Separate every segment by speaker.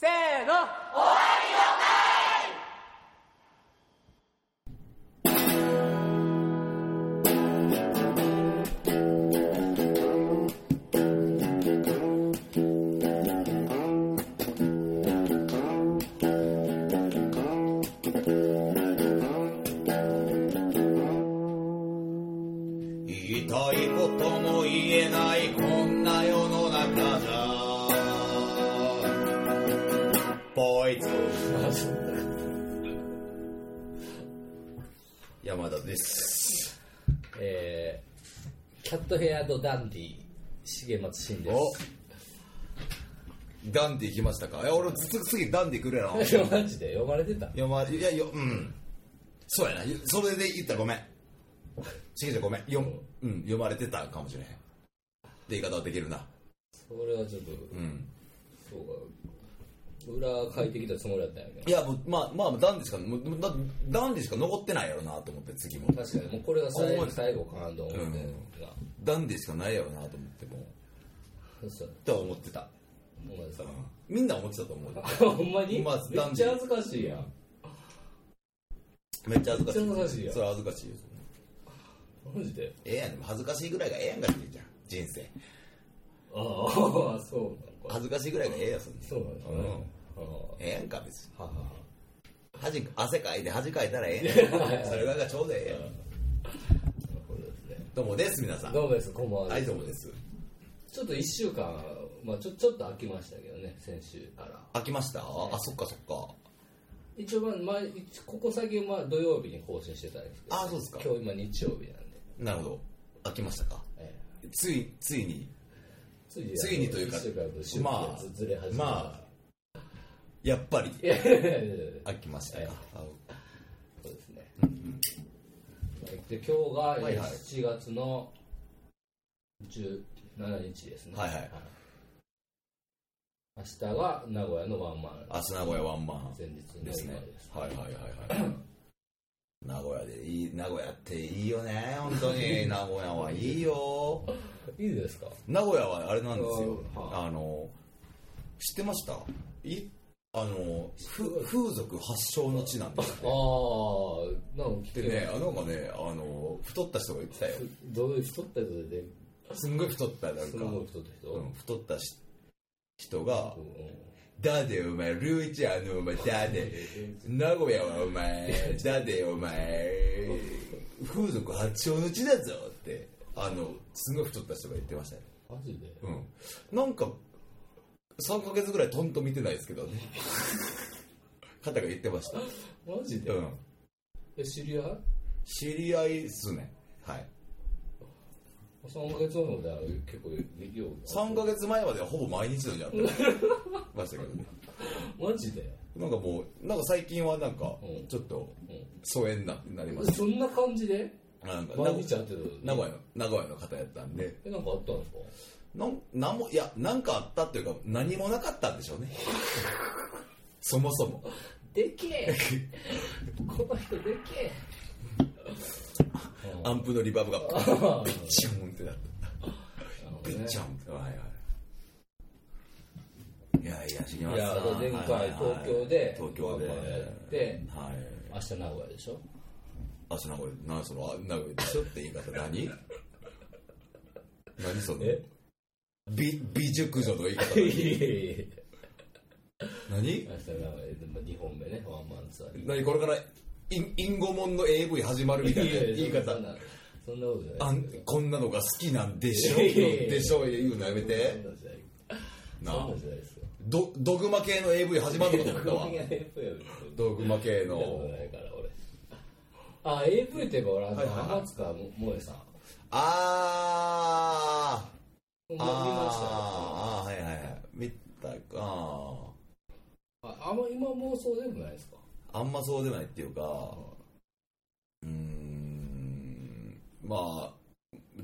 Speaker 1: ーの
Speaker 2: 言いたいことも言えないこんな世の中じゃポイズ山田です
Speaker 3: えー、キャットヘアドダンディ重松真で
Speaker 2: おダンディ来ましたかいや俺ずっと次ダンディ来るやろ
Speaker 3: すいや マジで読まれてた
Speaker 2: いやまあいやいやうんそうやなそれで言ったらごめんしげちゃんごめん読,、うん、読まれてたかもしれへんって言い方はできるな
Speaker 3: それはちょっと
Speaker 2: うん
Speaker 3: そうか裏書いてきたつもりだったんやけ
Speaker 2: いや、もうまあ、まあ、ダンディしか、もうだダンディしか残ってないやろなと思って、次も。
Speaker 3: ど確かにもうこれが最
Speaker 2: ほんま
Speaker 3: 後
Speaker 2: に
Speaker 3: 最後かなと思って、
Speaker 2: うんダンディしかないやろなと思って、もう。
Speaker 3: なそう
Speaker 2: と思ってた。
Speaker 3: お前さ
Speaker 2: うんみんな思ってたと思うよ。
Speaker 3: ほんまに、
Speaker 2: まあ
Speaker 3: めっちゃ恥ずかしいやん
Speaker 2: めっちゃ恥ずかしい。
Speaker 3: めっちゃ恥ずかしいやん
Speaker 2: それは恥ずかしいよ。
Speaker 3: マジで
Speaker 2: ええやん、でも恥ずかしいぐらいがええやんかって言うじゃん。人生。
Speaker 3: ああそうなんか
Speaker 2: 恥ずかしいぐらいがええやん、そんな
Speaker 3: そうなんだ
Speaker 2: うん
Speaker 3: ね、あ
Speaker 2: ええやんか、別に。
Speaker 3: あは
Speaker 2: 恥か汗かいて恥かいたらええやん。それぐらいがちょうどええやん。
Speaker 3: これですね
Speaker 2: どうもです、皆さん。
Speaker 3: どうもですこんばんは
Speaker 2: はい、どうもです。
Speaker 3: ちょっと1週間、まあ、ちょちょっと空きましたけどね先週から
Speaker 2: 飽きましたあ、そっかそっか。
Speaker 3: 一応、まあまあ、一ここ最近は土曜日に更新してたんですけど、
Speaker 2: あそうですか
Speaker 3: 今日今日曜日なんで、
Speaker 2: なるほど。飽きましたか。
Speaker 3: え
Speaker 2: つい、ついに。
Speaker 3: えつい
Speaker 2: ついにというか
Speaker 3: 一週間と週
Speaker 2: まあ
Speaker 3: ずずれ始めた
Speaker 2: まやっぱり
Speaker 3: いやいやいやいや
Speaker 2: 飽きました
Speaker 3: はい
Speaker 2: か、
Speaker 3: そうですね、で今日が
Speaker 2: はいはい
Speaker 3: 7月の17日ですね
Speaker 2: はいはい
Speaker 3: 明日が名古屋のワンマン
Speaker 2: 明日名古屋ワンマン
Speaker 3: 前日の
Speaker 2: ですね
Speaker 3: 今です
Speaker 2: はいはいはいはい名古屋でいい名古屋っていいよね本当 に名古屋はいいよ
Speaker 3: いいですか
Speaker 2: 名古屋はあれなんですよ
Speaker 3: は
Speaker 2: あの知ってましたいあのふ風俗発祥の地なんです
Speaker 3: ああなんか来
Speaker 2: で
Speaker 3: て
Speaker 2: ねあなんかねあの太った人が言ってたよ
Speaker 3: どういう太った人です
Speaker 2: んごい太ったなん
Speaker 3: す
Speaker 2: か、
Speaker 3: ごい太った人、
Speaker 2: うん、太ったし人が
Speaker 3: うん
Speaker 2: だでお前、ルーちゃんのお前、だで、名古屋はお前、だでお前、風俗発祥の地だぞって、あの、すごい太った人が言ってましたね。
Speaker 3: マジで
Speaker 2: うん。なんか、3ヶ月ぐらいトントン見てないですけどね。 方が言ってました。
Speaker 3: マジで、
Speaker 2: うん。
Speaker 3: え知り合い
Speaker 2: 知り合いっすね。はい。
Speaker 3: 3ヶ月前までは結構できよう
Speaker 2: 3ヶ月前まではほぼ毎日のようにやってましたけどね。
Speaker 3: マジで、
Speaker 2: なんかもう、なんか最近はなんか
Speaker 3: うん、
Speaker 2: ちょっと、
Speaker 3: う
Speaker 2: 疎遠な、なりま
Speaker 3: ん、
Speaker 2: した。
Speaker 3: そんな感じで
Speaker 2: なんか
Speaker 3: 毎日会ってる
Speaker 2: 名古屋の名古屋の方やったんで
Speaker 3: えなんかあったんですか
Speaker 2: なんなんもいやなんかあったっていうか何もなかったんでし ょうねそもそも
Speaker 3: でけ えこの人でけえ
Speaker 2: アンプのリバーブ が
Speaker 3: あー
Speaker 2: ビッチョンってなっ
Speaker 3: なるほ
Speaker 2: た
Speaker 3: ど
Speaker 2: ビ
Speaker 3: ね
Speaker 2: ッチョンってはいはいいやいや知りま
Speaker 3: い
Speaker 2: し
Speaker 3: や
Speaker 2: た
Speaker 3: これ前回東京で
Speaker 2: 東京で
Speaker 3: ワンマンやって
Speaker 2: はい
Speaker 3: 明日名古屋でしょ
Speaker 2: あそ名古屋なそのあ名古屋でしょって言い方何何その
Speaker 3: え
Speaker 2: 美美熟女の言い方
Speaker 3: いやいやいや
Speaker 2: 何
Speaker 3: 明日名古屋でまあ2本目ねワンマンツアー
Speaker 2: 何これからインインゴモンの AV 始まるみたいな言い方
Speaker 3: そんなそんなことじゃ
Speaker 2: あ
Speaker 3: ない
Speaker 2: んこんなのが好きなんでしょ
Speaker 3: いやいやいや
Speaker 2: でしょ言うのやめ
Speaker 3: そん
Speaker 2: て
Speaker 3: なんじゃない
Speaker 2: な
Speaker 3: そ
Speaker 2: あ
Speaker 3: んなんじゃないですよ
Speaker 2: どドグマ系の AV 始まるのかと思ったわ
Speaker 3: 僕が AV を見て
Speaker 2: ドグマ系
Speaker 3: 見たこと
Speaker 2: の
Speaker 3: ないから俺あ AV といえば俺あの
Speaker 2: はいはいはい
Speaker 3: 浜塚萌えさん
Speaker 2: あー
Speaker 3: ほん
Speaker 2: あー
Speaker 3: ま見ました
Speaker 2: あーはいはいはい見たかあ
Speaker 3: ああんま今妄想でもないですか
Speaker 2: ーあんまそうでもないっていうかうーんまあ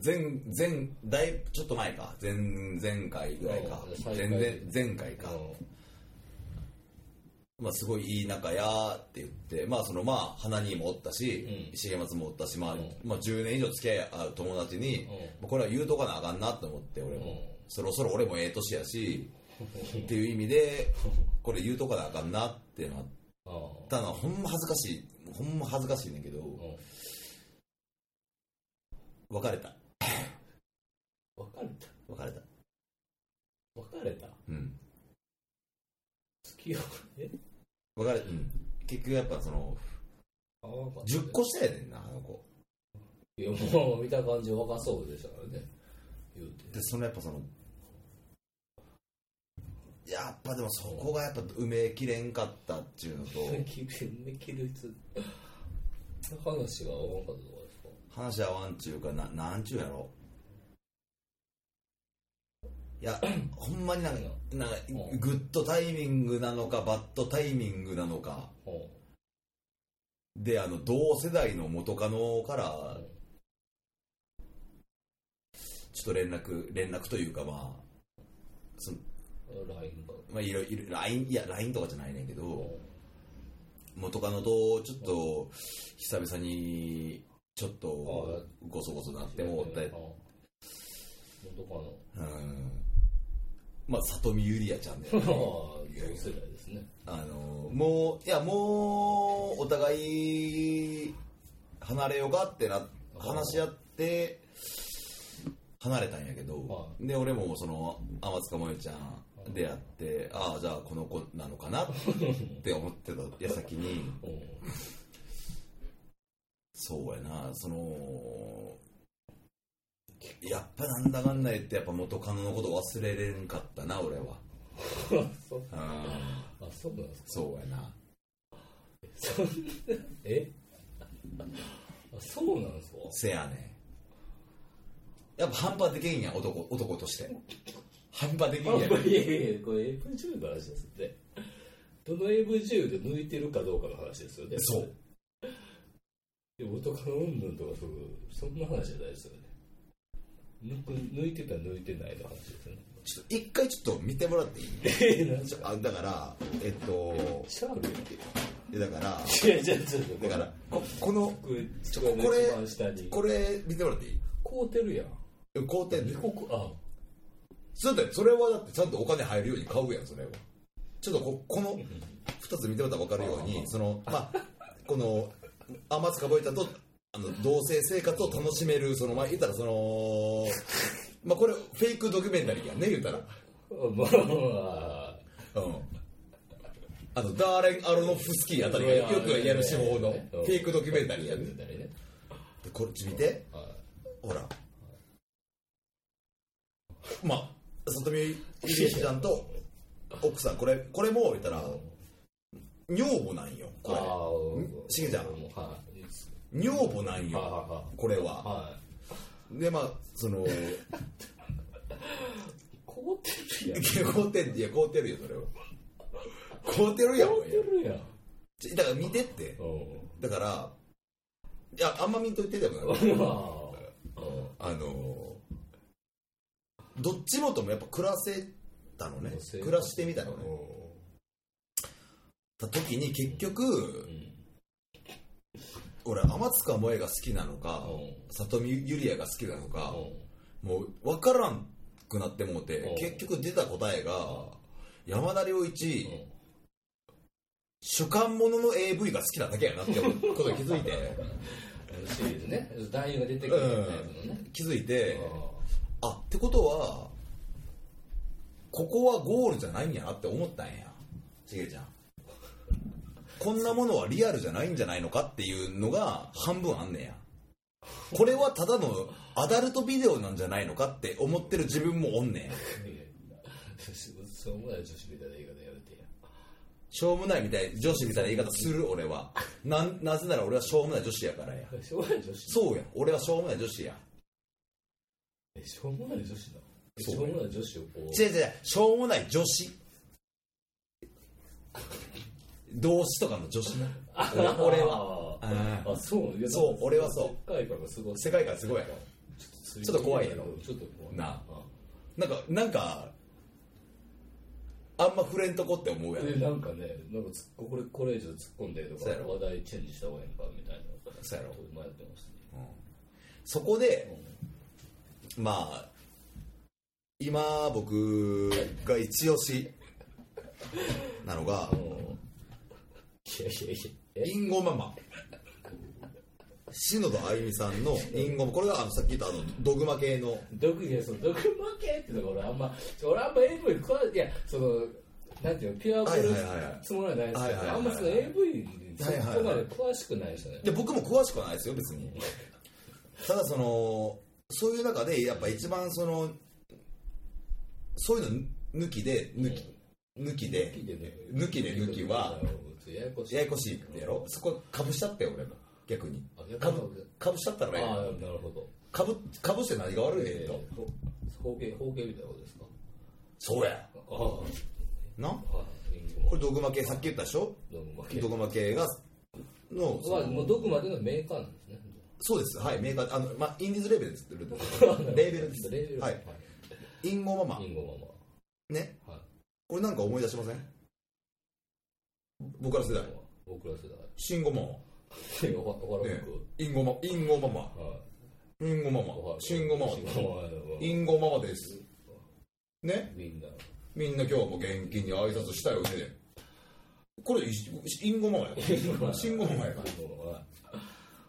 Speaker 2: 前前だいぶちょっと前か前前回ぐらいか
Speaker 3: うん
Speaker 2: 前前前回かまあ、すごいいい仲やって言って、まあ、そのまあ花にもおったし、
Speaker 3: うん
Speaker 2: 重松もおったし、まあ
Speaker 3: うん
Speaker 2: まあ、10年以上付き合いある友達に、
Speaker 3: ん
Speaker 2: まあこれは言うとかなあかんなと思って俺も、
Speaker 3: うん
Speaker 2: そろそろ俺もええ年やしっていう意味でこれ言うとかなあかんなってなっ
Speaker 3: ああ
Speaker 2: たのはほんま恥ずかしいほんま恥ずかしいねんけど別れた
Speaker 3: 別れた
Speaker 2: 別れた
Speaker 3: 別れた
Speaker 2: うん
Speaker 3: 付き合うえ
Speaker 2: 別れうん結局やっぱその
Speaker 3: あ若かった
Speaker 2: 10個下やねんなあの子
Speaker 3: いやもう見た感じ若そうでしたからね言うて
Speaker 2: でそのやっぱそのやっぱでもそこがやっぱ埋めきれんかったっていうのと
Speaker 3: 切る目切るつ話が合わんかったとかですか
Speaker 2: 話合わんちゅうかななんちゅうやろい やほんまになんかなんか
Speaker 3: うん
Speaker 2: グッドタイミングなのかバッドタイミングなのか
Speaker 3: ほ
Speaker 2: であの同世代の元カノから
Speaker 3: うん
Speaker 2: ちょっと連絡連絡というかまあその
Speaker 3: う LINE が
Speaker 2: まあいろいろ LINE いや LINE とかじゃないねんけ
Speaker 3: ほ
Speaker 2: ど元カノとちょっと久々にちょっとごそごそなってもうて
Speaker 3: 元カノ
Speaker 2: うんまあ里見ゆりやちゃんだよ
Speaker 3: ああ
Speaker 2: ね
Speaker 3: 同世代ですね
Speaker 2: あのもういやもうお互い離れようかってな話し合って離れたんやけど
Speaker 3: は
Speaker 2: で俺もその天塚萌ちゃん出会ってああじゃあこの子なのかなって思ってた矢先に
Speaker 3: うん
Speaker 2: そうやなそのやっぱなんだかんだ言ってやっぱ元カノのこと忘れれんかったな俺は
Speaker 3: そう
Speaker 2: うん
Speaker 3: あそうなんですか
Speaker 2: そうやな
Speaker 3: そんなえあそうなんですか
Speaker 2: せやねんやっぱ半端できんやん男男として半端できんやん
Speaker 3: あいやいやいやこれ AV 女優の話ですってどの AV 女優で抜いてるかどうかの話ですよね
Speaker 2: そう
Speaker 3: で元カノうんぬんとかそうそんな話じゃないですよね抜く抜いてた抜いてないの話ですよね
Speaker 2: ちょっと一回ちょっと見てもらっていい
Speaker 3: えー、なん
Speaker 2: ち
Speaker 3: じ
Speaker 2: ょあだからえっと
Speaker 3: シャー
Speaker 2: えだから
Speaker 3: プいやじゃあちょっと
Speaker 2: だからここの
Speaker 3: これ
Speaker 2: ちょ
Speaker 3: 机の
Speaker 2: これ
Speaker 3: 一番下に
Speaker 2: これ見てもらっていい
Speaker 3: 凍ってるやん
Speaker 2: 買うてんね
Speaker 3: 二
Speaker 2: ん
Speaker 3: 国あ
Speaker 2: ちょっと待ってそれはだってちゃんとお金入るように買うやんそれはちょっとここの2つ見てもらったら分かるようにそのまあこの天塚萌ちゃんとあの同棲生活を楽しめるそのまあ言ったらそのまあこれフェイクドキュメンタリーやんね言ったら
Speaker 3: まあまあ
Speaker 2: うんあのダーレン・アロノフスキーあたりがよくやる手法のフェイクドキュメンタリーや
Speaker 3: る
Speaker 2: る
Speaker 3: んだね
Speaker 2: でこっち見て
Speaker 3: は
Speaker 2: ほらまあ里見ゆりちゃんと奥さんこれこれも言ったら女房なんよ
Speaker 3: いあ
Speaker 2: こ
Speaker 3: ー
Speaker 2: しげちゃん
Speaker 3: もうはいいいっす
Speaker 2: れ女房なん
Speaker 3: はい
Speaker 2: よ
Speaker 3: は
Speaker 2: これ
Speaker 3: いは
Speaker 2: はい
Speaker 3: はい
Speaker 2: でまあその
Speaker 3: 凍ってるやん
Speaker 2: 凍ってんいや凍ってるよそれは凍ってるやん
Speaker 3: 凍ってるやん
Speaker 2: ちょだから見てってだからいやあんま見んといてでもな
Speaker 3: うんま
Speaker 2: あのどっちもともやっぱ暮らせたのね暮らしてみたの
Speaker 3: あ
Speaker 2: ねた時に結
Speaker 3: う
Speaker 2: 局
Speaker 3: ん
Speaker 2: 俺天塚萌が好きなのか
Speaker 3: うん
Speaker 2: 里見ゆりやが好きなのか
Speaker 3: うん
Speaker 2: もう分からんくなってもう
Speaker 3: う
Speaker 2: て
Speaker 3: ん
Speaker 2: 結局出た答えが山田良一
Speaker 3: うん
Speaker 2: 主観者の AV が好きなだけやなってことに気づい て
Speaker 3: シリーズね男優が出てくるタイプのね
Speaker 2: 気づいて
Speaker 3: あ
Speaker 2: あってことはここはゴールじゃないんやなって思ったんやしげちゃんこんなものはリアルじゃないんじゃないのかっていうのが半分あんねやこれはただのアダルトビデオなんじゃないのかって思ってる自分もおんねん
Speaker 3: ーいやそう思うなら女子みたいな言い方やめてや
Speaker 2: しょうもないみたい女子みたいな言い方する俺はなんなぜなら俺はしょうもない女子やからや
Speaker 3: しょうがない女子
Speaker 2: そうや俺はしょうもない女子や
Speaker 3: えしょうもない女子なのえ
Speaker 2: そう
Speaker 3: しょうもない女子をこう
Speaker 2: 違う違うしょうもない女子動詞とかの女子な俺俺は
Speaker 3: は
Speaker 2: あ
Speaker 3: あそういや
Speaker 2: そう
Speaker 3: なんか
Speaker 2: 俺はそう
Speaker 3: 世界観がすごい
Speaker 2: 世界観すごいやろ
Speaker 3: ち
Speaker 2: ちょっと怖いやろ
Speaker 3: ちょっと怖い
Speaker 2: なあなんかなんかあんま触れんとこって思うや
Speaker 3: で
Speaker 2: ん
Speaker 3: なんかねなんかつっここれこれ以上突っ込んでとか
Speaker 2: そうやろ
Speaker 3: 話題チェンジした方がいいのかみたいな
Speaker 2: そうやろ
Speaker 3: 迷ってますね
Speaker 2: そこでまあ今僕が一押しなのが
Speaker 3: う、んいやいやいや
Speaker 2: りんごママ。篠田あゆみさんのりんごこれがあのさっき言ったあのドグマ系の
Speaker 3: 毒いやその毒負けってのが俺あんま俺あんま AV こいやそのなんていうのピュアブル
Speaker 2: はいはいはい
Speaker 3: つもりはないです
Speaker 2: は
Speaker 3: け
Speaker 2: いはいはい
Speaker 3: どあんまその AV にそこまで詳しくないですよね
Speaker 2: で僕も詳しくはないですよ別にただそのそういう中でやっぱ一番そのそういうの抜きで抜き,、抜きで抜きで抜きは
Speaker 3: ややこしい
Speaker 2: ややこしいってやろそこかぶしちゃったよ俺も逆に
Speaker 3: あやっぱ
Speaker 2: かぶかぶしちゃった
Speaker 3: ああ
Speaker 2: らね
Speaker 3: なるほど
Speaker 2: かぶかぶして何が悪いねん
Speaker 3: え
Speaker 2: と、
Speaker 3: ーほ方形方形みたいなことですか
Speaker 2: そうや
Speaker 3: ああ
Speaker 2: な
Speaker 3: ああいい
Speaker 2: これドグマ系さっき言ったでしょ
Speaker 3: 毒負け
Speaker 2: ドグマ系がのそ
Speaker 3: は
Speaker 2: の
Speaker 3: もう毒までのメーカーなんですね
Speaker 2: そうですはいメーカーあの、まあ、インディーズレベルですレーベルです
Speaker 3: レーベル
Speaker 2: はいインゴママ
Speaker 3: リンゴマ
Speaker 2: ね
Speaker 3: マはい
Speaker 2: これなんか思い出しません僕ら世代
Speaker 3: 僕ら世代
Speaker 2: 慎吾マ
Speaker 3: でおはおは
Speaker 2: マ
Speaker 3: ら
Speaker 2: ね
Speaker 3: く
Speaker 2: インゴマインゴママ
Speaker 3: はい
Speaker 2: インゴママ慎吾ママインゴママですね
Speaker 3: みんな
Speaker 2: みんな今日も元気に挨拶したよねこれいインゴママ や慎吾ママやから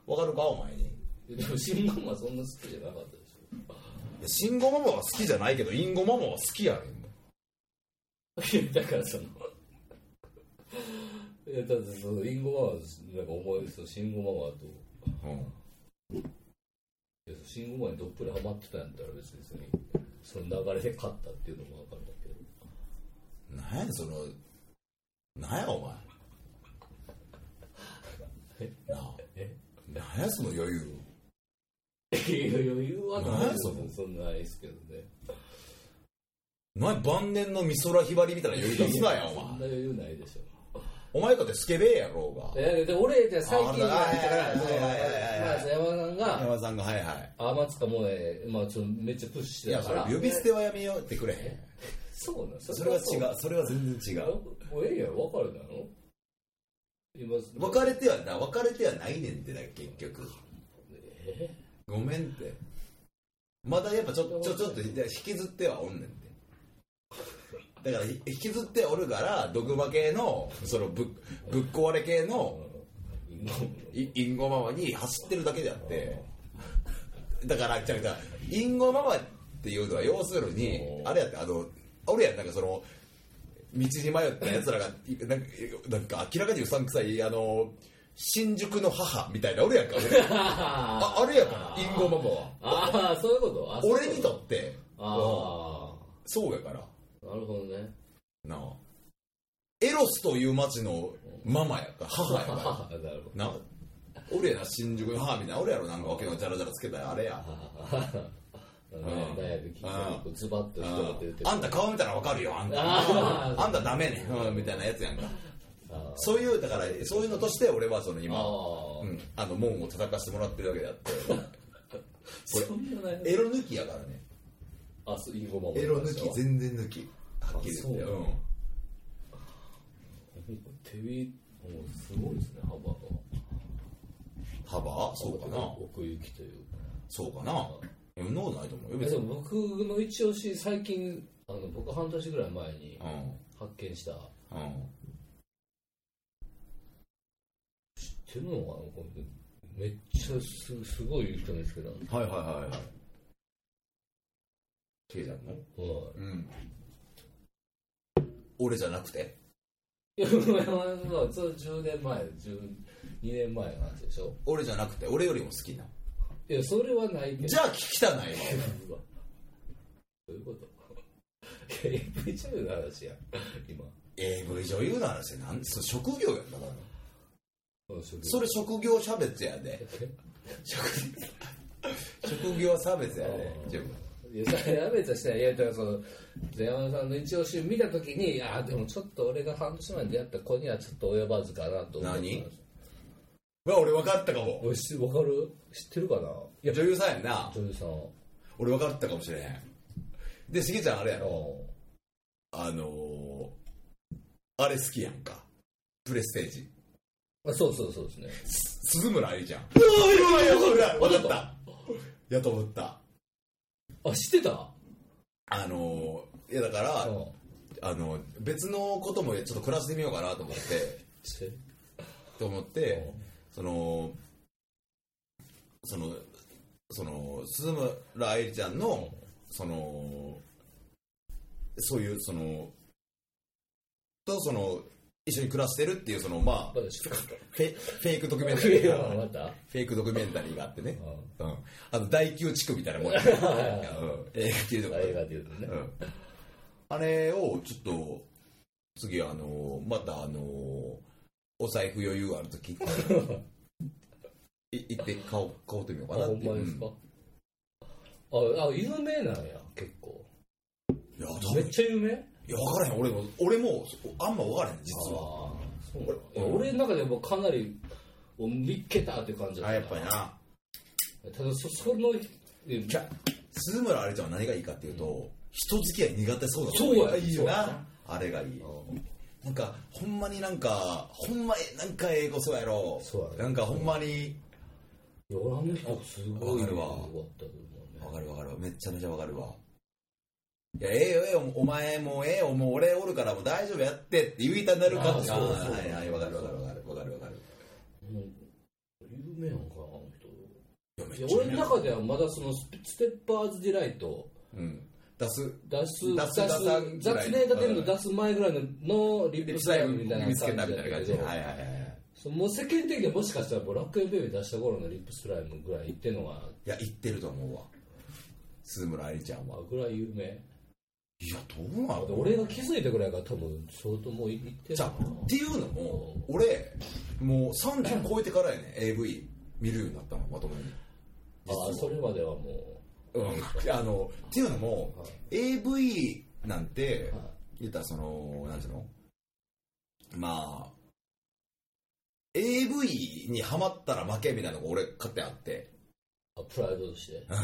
Speaker 2: わかるかお前にい
Speaker 3: でも新ママそんな好きじゃなかったでし
Speaker 2: や慎吾ママは好きじゃないけどインゴママは好きやねん
Speaker 3: ょいやだからそのいやだってそのリンゴママはなんか思いその慎吾ママといや慎吾ママにどっぷりハマってたんやったら別にその流れで勝ったっていうのも分かるんだけど
Speaker 2: なんやねんそのなんやお前なあ
Speaker 3: え
Speaker 2: なんやその余裕
Speaker 3: いや余裕はない
Speaker 2: ない
Speaker 3: そ
Speaker 2: ぞ
Speaker 3: そんなないですけどね
Speaker 2: なんや晩年の美空ひばりみたいな余裕出すなやお
Speaker 3: そん
Speaker 2: 前
Speaker 3: な余裕ないでしょ
Speaker 2: お前かってスケベやろうが
Speaker 3: えで俺じゃあ最近だか
Speaker 2: あはいはい
Speaker 3: らその
Speaker 2: はいはいはい
Speaker 3: まあその山田さんが
Speaker 2: 山田さんがはいはい
Speaker 3: あ、松かもね、まあ、ちょっとめっちゃプッシ
Speaker 2: い
Speaker 3: ュし
Speaker 2: や
Speaker 3: てた
Speaker 2: そ
Speaker 3: か
Speaker 2: れ
Speaker 3: ら。
Speaker 2: 呼び捨てはやめようってくれへん
Speaker 3: そうなん
Speaker 2: それは違うそれは全然違
Speaker 3: そうもうええやろ、別れたの今、
Speaker 2: 別れてはな別れてはないねんってな結局
Speaker 3: え
Speaker 2: ごめんってまだやっぱちょちょちょっと引きずってはおんねんてだからひ引きずっておるから毒馬系のそのぶっぶっ壊れ系の
Speaker 3: 今
Speaker 2: イインゴママに走ってるだけであってだからちゃうちゃうインゴママっていうのは要するに
Speaker 3: うん
Speaker 2: あれやってあの俺やんなんかその道に迷ったやつらがいなんかなんか明らかにうさんくさいあの新宿の母みたいな俺やんか俺
Speaker 3: あ
Speaker 2: ああれやからインゴママは
Speaker 3: あー、そういうことあそう
Speaker 2: 俺
Speaker 3: いう
Speaker 2: に
Speaker 3: こと
Speaker 2: って
Speaker 3: あ
Speaker 2: そうやから
Speaker 3: あ、なるほどね。
Speaker 2: なあエロスという町のママやから母やから
Speaker 3: ああ、なるほど。
Speaker 2: な俺やな新宿の母みたいな俺やろなんかわけのチャラチャラつけたやあれや
Speaker 3: ね、悩み聞いたりこうズバッと人が出て
Speaker 2: あんた顔見たらわかるよあんた
Speaker 3: あ ー
Speaker 2: あんたダメね、うん、みたいなやつやんか
Speaker 3: あ
Speaker 2: そういうだからそういうのとして俺はその
Speaker 3: あ
Speaker 2: 今
Speaker 3: ー、
Speaker 2: うん、あの門を叩かせてもらってるわけであ っ
Speaker 3: そんな悩
Speaker 2: て
Speaker 3: み。
Speaker 2: エロ抜きやからね
Speaker 3: あ、そう、いいごまも
Speaker 2: エロ抜き全然抜きはっきり言って
Speaker 3: あそう
Speaker 2: うん
Speaker 3: 手びもうすごいですね幅が
Speaker 2: 幅そうかな
Speaker 3: 奥行きというか
Speaker 2: そうかなそんなことないと思うよ
Speaker 3: え
Speaker 2: 別
Speaker 3: で
Speaker 2: に、
Speaker 3: も僕の一押し最近あの僕半年ぐらい前に
Speaker 2: うん
Speaker 3: 発見した
Speaker 2: うん、
Speaker 3: 知ってるのかなこれめっちゃすすごい人ですけど、はい、
Speaker 2: はいはいはいはいケイちゃんのうん俺じゃなくて
Speaker 3: いやまあそれ10年前12年前の話でしょ
Speaker 2: 俺じゃなくて俺よりも好きない
Speaker 3: やそれはないけど
Speaker 2: じゃあ聞きたないわ
Speaker 3: うわ どういうこといや AV チャンネルの話や今
Speaker 2: AV 女優の話なんその職業やんだからそ
Speaker 3: れ
Speaker 2: れ職業差別やで職職業差別やで自分
Speaker 3: いや、それやめたしたら、いや、だからその、ゼ山さんの一押しを見たときに、ああ、でもちょっと俺が半年前に出会った子にはちょっと及ばずかなと思って
Speaker 2: 何うわ俺分かったかも
Speaker 3: おいし、わかる知ってるかない
Speaker 2: や女優さんやんな
Speaker 3: 女優さん。あ
Speaker 2: 俺分かったかもしれへんでしげちゃんあれや
Speaker 3: あ
Speaker 2: ろあのー、あれ好きやんかプレステージ
Speaker 3: あ。そうそうそうですね。
Speaker 2: す鈴村愛理ちゃんうわいやいやいや分かったやと思った
Speaker 3: あ、知ってた
Speaker 2: あのー、いやだから
Speaker 3: うん
Speaker 2: あの別のこともちょっと暮らしてみようかなと思ってと思ってそのそのその鈴村愛理ちゃんのそのそういうそのとその一緒に暮らしてるっていうそのまあ
Speaker 3: まだしかった
Speaker 2: フェフェイクドキュメンタリー
Speaker 3: 冬
Speaker 2: が
Speaker 3: はまた
Speaker 2: フェイクドキュメンタリーがあってね
Speaker 3: う、
Speaker 2: うん、あの第9地区みたいなもんや、うん、映画級とか、
Speaker 3: 映画で言うとね
Speaker 2: うん、あれをちょっと次あのまたあのお財布余裕ある時 にい行って買おう買おうとみよう
Speaker 3: あ
Speaker 2: かなっ
Speaker 3: ほ
Speaker 2: て
Speaker 3: ん
Speaker 2: いう
Speaker 3: まですかああ有名なんや結構
Speaker 2: うんいや
Speaker 3: め
Speaker 2: 多
Speaker 3: っ
Speaker 2: 分
Speaker 3: ちゃ有名
Speaker 2: いや分からへん俺も俺もあんま分からへん実は
Speaker 3: ああそうなんや俺の中でもかなりお見っけたって感じだ
Speaker 2: あ
Speaker 3: た
Speaker 2: やっぱりな
Speaker 3: ただそそのえ
Speaker 2: じゃ鈴村あれちゃんは何がいいかっていうと、人付き合い苦手そうなの
Speaker 3: そうや
Speaker 2: いいよ
Speaker 3: そうや
Speaker 2: なあれがいいなんかほんまになんかほんまえなんか英語そうやろ
Speaker 3: そうやね
Speaker 2: なんかほんまに
Speaker 3: いや俺あの人すごい
Speaker 2: わかるわ
Speaker 3: よかったと思
Speaker 2: わ
Speaker 3: うね
Speaker 2: かるわかるめっちゃめちゃわかるわいやええよええよお前もうええよもう俺おるからもう大丈夫やってって言いたなるか
Speaker 3: あ
Speaker 2: っ
Speaker 3: ー
Speaker 2: て
Speaker 3: そうそう
Speaker 2: はいはいわかるわかるわかるわかるわかる
Speaker 3: うん有名なのかなあの人
Speaker 2: い
Speaker 3: いや俺の中ではまだそのスステッパーズディライト
Speaker 2: うん出す
Speaker 3: 出す
Speaker 2: 出す出さんぐら
Speaker 3: 雑
Speaker 2: い
Speaker 3: 念立てるの出す前ぐらいののリ
Speaker 2: リ
Speaker 3: ップ
Speaker 2: プ
Speaker 3: スラ
Speaker 2: サ
Speaker 3: イ
Speaker 2: イ
Speaker 3: ム
Speaker 2: ム
Speaker 3: みたいな
Speaker 2: 見つけたみたいな
Speaker 3: 感
Speaker 2: 感
Speaker 3: じ
Speaker 2: じ
Speaker 3: だ
Speaker 2: は
Speaker 3: け
Speaker 2: いはい
Speaker 3: ど
Speaker 2: はい
Speaker 3: そうもう世間的にはもしかしたらもう楽園ベイビー出した頃のリップスライムぐらいっていうのが
Speaker 2: いや言ってると思うわ鈴村愛理ちゃん
Speaker 3: ま
Speaker 2: は
Speaker 3: あぐらい有名
Speaker 2: いやどうな
Speaker 3: で
Speaker 2: の
Speaker 3: 俺が気づいたぐらいが多分相当もういってる
Speaker 2: じゃ
Speaker 3: の
Speaker 2: あ
Speaker 3: かな
Speaker 2: っていうのも俺もう30超えてからやね AV 見るようになったのまともに
Speaker 3: ああそれまではも
Speaker 2: うん、 あのっていうのも、
Speaker 3: は
Speaker 2: AV なんて、
Speaker 3: う、はい
Speaker 2: 言ったらそのなんていうのまあ AV にハマったら負けみたいなのが俺勝手あって、
Speaker 3: あプライドとして
Speaker 2: うん
Speaker 3: うん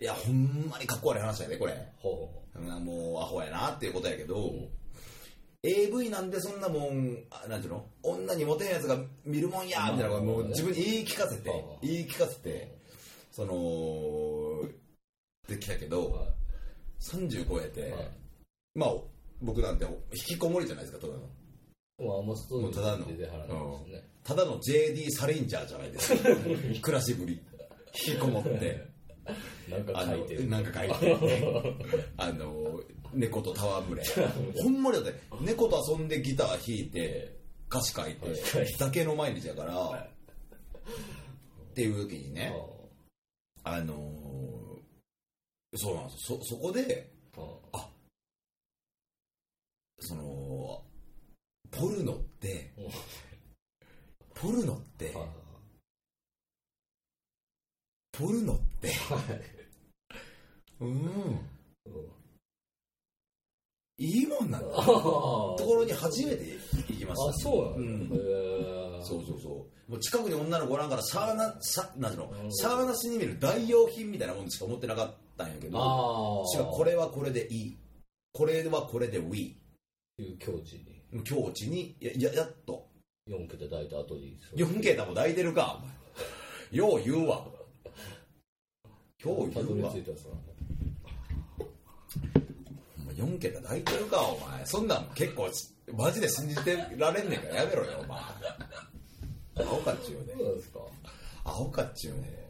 Speaker 2: いやほんまにかっこ悪い話やねこれ
Speaker 3: ほ
Speaker 2: うんもうアホやなっていうことやけど、
Speaker 3: ううん
Speaker 2: AV なんでそんなもんあなんていうの女にモテんやつが見るもんやみたいなのがもう自分に言い聞かせて
Speaker 3: はあ
Speaker 2: 言い聞かせてそのできたけど、
Speaker 3: は
Speaker 2: 30超えて、
Speaker 3: いはい
Speaker 2: まあ僕なんて引きこもりじゃないですかただの
Speaker 3: まあもうストーリーに出てはらないですね
Speaker 2: ただの JD サリンジャーじゃないです か暮らしぶり引きこもって
Speaker 3: なんか
Speaker 2: あ
Speaker 3: 書いて
Speaker 2: の
Speaker 3: る
Speaker 2: なんか書いてあの猫と戯れ ほんまにだって猫と遊んでギター弾いて歌詞書い
Speaker 3: はい
Speaker 2: てだけの毎日やから
Speaker 3: は
Speaker 2: っていう時に
Speaker 3: あ
Speaker 2: ねあのそうなんですよそそこで
Speaker 3: ああ
Speaker 2: そのポルノって
Speaker 3: うん
Speaker 2: ポルノって
Speaker 3: あ
Speaker 2: ポルノって
Speaker 3: あはい
Speaker 2: うん
Speaker 3: うん
Speaker 2: いいもんなんだ
Speaker 3: ああ
Speaker 2: と ころに初めて行きました
Speaker 3: あそうな
Speaker 2: うんん
Speaker 3: だへえ
Speaker 2: そうそうそうもう近くに女の子おらんからしゃーなしゃなんていう
Speaker 3: うん
Speaker 2: のしゃーなしに見る代用品みたいなもんしか思ってなかったんやけど
Speaker 3: ああ
Speaker 2: しかもこれはこれでいいこれはこれで We
Speaker 3: っていう境地に
Speaker 2: 境地にやややっと
Speaker 3: 4桁抱いた後にそう
Speaker 2: 4桁も抱いてるかお前よう言うわ今日
Speaker 3: た
Speaker 2: 言
Speaker 3: ど
Speaker 2: う
Speaker 3: り
Speaker 2: わ
Speaker 3: 着いたその
Speaker 2: お前4桁抱いてるかお前そんなん結構しマジで信じてられんねんからやめろよお前アホかっちゅうね
Speaker 3: そうなんですか
Speaker 2: アホかっちゅうね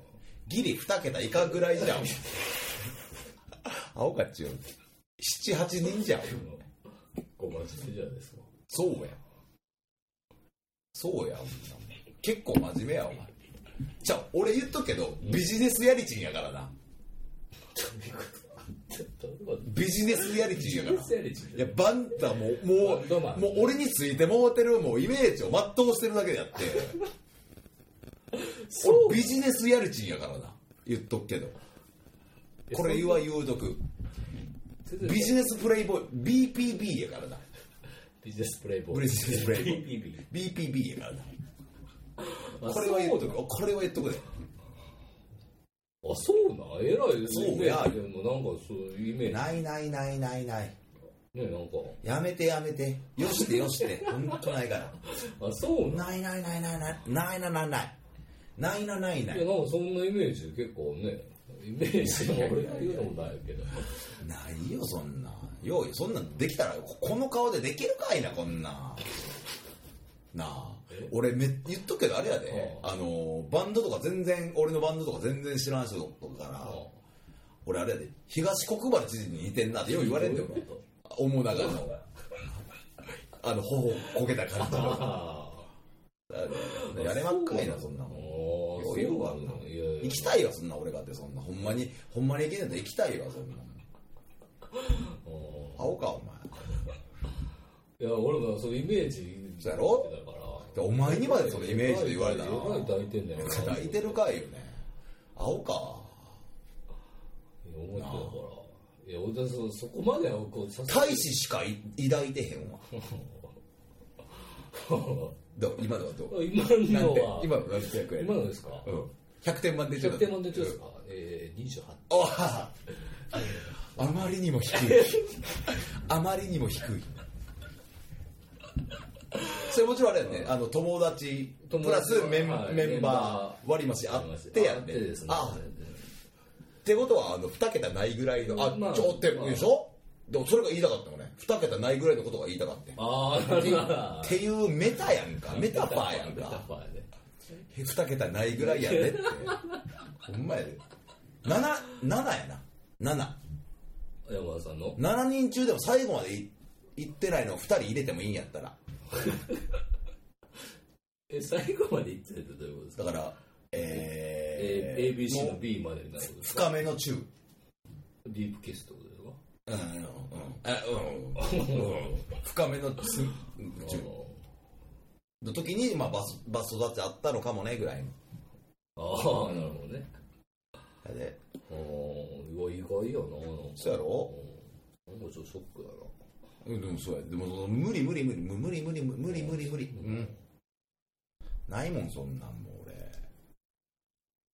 Speaker 2: ギリ2桁以下ぐらい じゃんアホかっちゅうね78人じゃん
Speaker 3: ごまじじゃないですか
Speaker 2: そうやそうや結構真面目やお前じゃあ俺言っとくけどビジネスやりちんやからな
Speaker 3: どういうこと
Speaker 2: ビジネスやりちんやから
Speaker 3: セリチ
Speaker 2: いやバンタもうも
Speaker 3: バン
Speaker 2: う
Speaker 3: ドマン
Speaker 2: もう俺についてもうてるもうイメージを全うしてるだけであって俺ビジネスやりちんやからな言っとくけどこれは言うとくビジネスプレイボーイ BPB やからな
Speaker 3: ビジネスプレイボーイ
Speaker 2: ビジネスプレイボーイ
Speaker 3: BPB
Speaker 2: BPB やからな
Speaker 3: あ
Speaker 2: これは言っと
Speaker 3: そう
Speaker 2: くこれは言っとくで
Speaker 3: なあそうな偉いです
Speaker 2: そう
Speaker 3: ね
Speaker 2: や
Speaker 3: イメージでもなんかそういうイメージ
Speaker 2: ないないないないない
Speaker 3: ねなんか
Speaker 2: やめてやめてよしてよしてほんとないから
Speaker 3: あそうな
Speaker 2: ないないないないないないないないないないないない
Speaker 3: いやなんかそんなイメージで結構ねイメージも俺が言うのもないけど
Speaker 2: ないよそんなようよそんなんできたらここの顔でできるかいなこんななあ俺め言っとくけどあれやで
Speaker 3: あ
Speaker 2: あのバンドとか全然俺のバンドとか全然知らん人とかから俺あれやで東国原知事に似てんなってよう言われんでも面長のあの頬こけた感 じの
Speaker 3: あ
Speaker 2: あれやれまっかいなそんな
Speaker 3: あ
Speaker 2: もん
Speaker 3: お
Speaker 2: よ
Speaker 3: お
Speaker 2: う言うわ
Speaker 3: いやいや
Speaker 2: 行きたいわそんな俺がってそんなほんまにほんまに行けねえと行きたいわそんな
Speaker 3: うん
Speaker 2: 青かお前
Speaker 3: いや俺もそのイメージ
Speaker 2: そうやろ
Speaker 3: だから
Speaker 2: でお前にまでそのイメージで言われたら
Speaker 3: よくない抱いてんだよ
Speaker 2: 抱いてるかいよね青か
Speaker 3: いや思ってたからいや俺はそそこまではこうさ
Speaker 2: 大使しかい抱いてへんわ どう今のはどう
Speaker 3: 今
Speaker 2: なん
Speaker 3: の
Speaker 2: て
Speaker 3: は
Speaker 2: 今の何点くれ
Speaker 3: 今のですか
Speaker 2: うん100点満点中だ
Speaker 3: 100点満点中ですかえー28
Speaker 2: おはあまりにも低いあまりにも低いそれもちろんあれやねあの友達
Speaker 3: 友達
Speaker 2: プラスメン,、
Speaker 3: はい
Speaker 2: メンバー割り増しあってや
Speaker 3: あ
Speaker 2: ね
Speaker 3: ってですね
Speaker 2: あってことはあの2桁ないぐらいのあ、
Speaker 3: まあ
Speaker 2: ちょって
Speaker 3: まあ
Speaker 2: でしょでもそれが言いたかったのね2桁ないぐらいのことが言いたかった
Speaker 3: ああなるほど
Speaker 2: っていうメタやんかメタファーやん
Speaker 3: メタ
Speaker 2: か
Speaker 3: ファーやね
Speaker 2: 2桁ないぐらいやでってほんまやで77やな
Speaker 3: 山田さんの
Speaker 2: 77人中でも最後までい行ってないのを2人入れてもいいんやったら
Speaker 3: え最後まで言ってるってどういうことですか
Speaker 2: だからえ
Speaker 3: え
Speaker 2: ー
Speaker 3: ー ABC
Speaker 2: も
Speaker 3: の
Speaker 2: う
Speaker 3: B までになることですか
Speaker 2: 深めの中
Speaker 3: ディープキスってことですか
Speaker 2: うんうんうんあうんうん深めのつ中の時に、まあ、バスバス育ちあったのかもねぐらいの
Speaker 3: あーあーなるほどね
Speaker 2: で
Speaker 3: お意外よななんか
Speaker 2: そうやろ
Speaker 3: うんなんかちょっとショックだな
Speaker 2: うんでもそうやでもその無理無理無理無理無理無理無理無理うんないもんそんなんもう俺
Speaker 3: 1000人い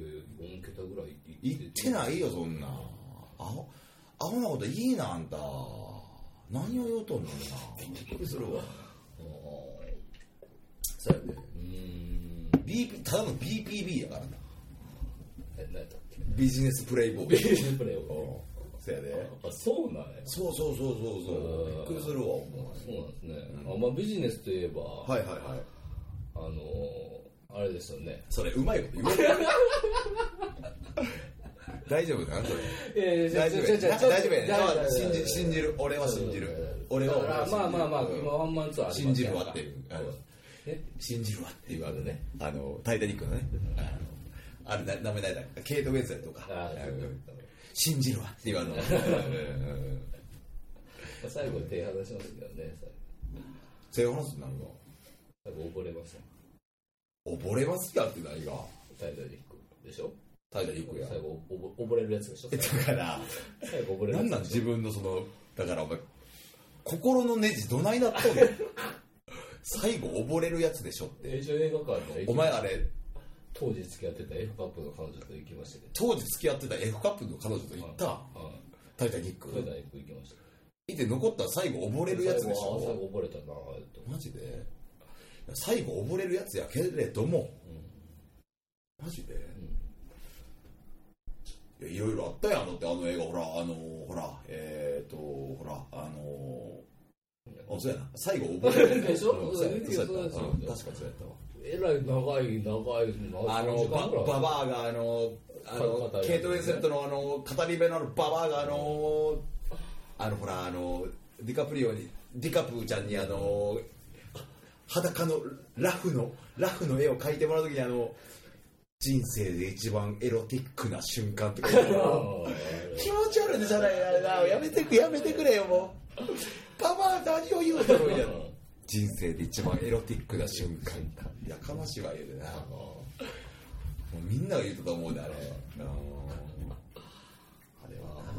Speaker 3: やいや4桁ぐらい
Speaker 2: 言って
Speaker 3: い
Speaker 2: ないよそんなアホアホなこといいなあんた何を言うとんのよなびっくりするわ
Speaker 3: ああ
Speaker 2: そうやで
Speaker 3: うーん
Speaker 2: BP ただの BPB やからな
Speaker 3: え何やったっけ
Speaker 2: ビジネスプレイボー
Speaker 3: ベ
Speaker 2: イ
Speaker 3: ースプレイを
Speaker 2: そうやで
Speaker 3: あそうなんや
Speaker 2: そうそうそうそうそうびっくりするわお
Speaker 3: そうなんですね、あまあビジネスといえば、
Speaker 2: 前はいはいはい
Speaker 3: あのーあれですよね
Speaker 2: それうまいこと言われ 大丈夫なんそれ大丈夫やな大丈夫やな信じ信じる俺は信じる俺は俺は信じる
Speaker 3: まあまあまあ
Speaker 2: うん
Speaker 3: 今ワンマンツアー
Speaker 2: 信じるわっていう
Speaker 3: え
Speaker 2: 信じるわっていうあのね「あのタイタニック」のねあのあれな名前ないだケイト・ウェンズやとか
Speaker 3: あー
Speaker 2: うん信じるわって いうあのうん
Speaker 3: 最後手離しますけどね
Speaker 2: そういう話になるわ
Speaker 3: 最後溺れますよ
Speaker 2: 溺れますかって何が
Speaker 3: タイタニックでしょ
Speaker 2: タイタニックや
Speaker 3: 最後おぼ溺れるやつでしょ
Speaker 2: えだから
Speaker 3: 最後溺れるや
Speaker 2: な
Speaker 3: つ
Speaker 2: んなん自分のそのだからお前心のネジどないなっとんの最後溺れるやつでしょって
Speaker 3: え一応映画館で
Speaker 2: お前あれ
Speaker 3: 当時付き合ってた F カップの彼女と行きましたけど
Speaker 2: 当時付き合ってた F カップの彼女と行った
Speaker 3: はい
Speaker 2: タイタニック
Speaker 3: タイタニック行きました
Speaker 2: いて残ったら最後溺れるやつでし
Speaker 3: 最
Speaker 2: ょ
Speaker 3: 後溺れたなあれと
Speaker 2: マジで最後溺れるやつやけれどもマジでいやいろいろあったやんだってあの映画ほらあのほらえっ、ー、とほらあのあそうやな最後溺れる
Speaker 3: でしょ
Speaker 2: うんそうやったそうやった
Speaker 3: そううですよ
Speaker 2: ん確かにそうやったわ
Speaker 3: えらい長い長い
Speaker 2: あのバ ババアがあのあの
Speaker 3: 片片
Speaker 2: ケイト・ウェンセットのあの語り部のあのババアがあのあのほらあのディカプリオにディカプーちゃんにあの裸のラフのラフの絵を描いてもらう時にあの人生で一番エロティックな瞬間とか言って気持ち悪いじゃないあれなやめてくやめてくれよもうパパ何を言うだろうみたいな人生で一番エロティックな瞬間やかましいわ言うでなもうみんなが言うたと思うであれあのあれは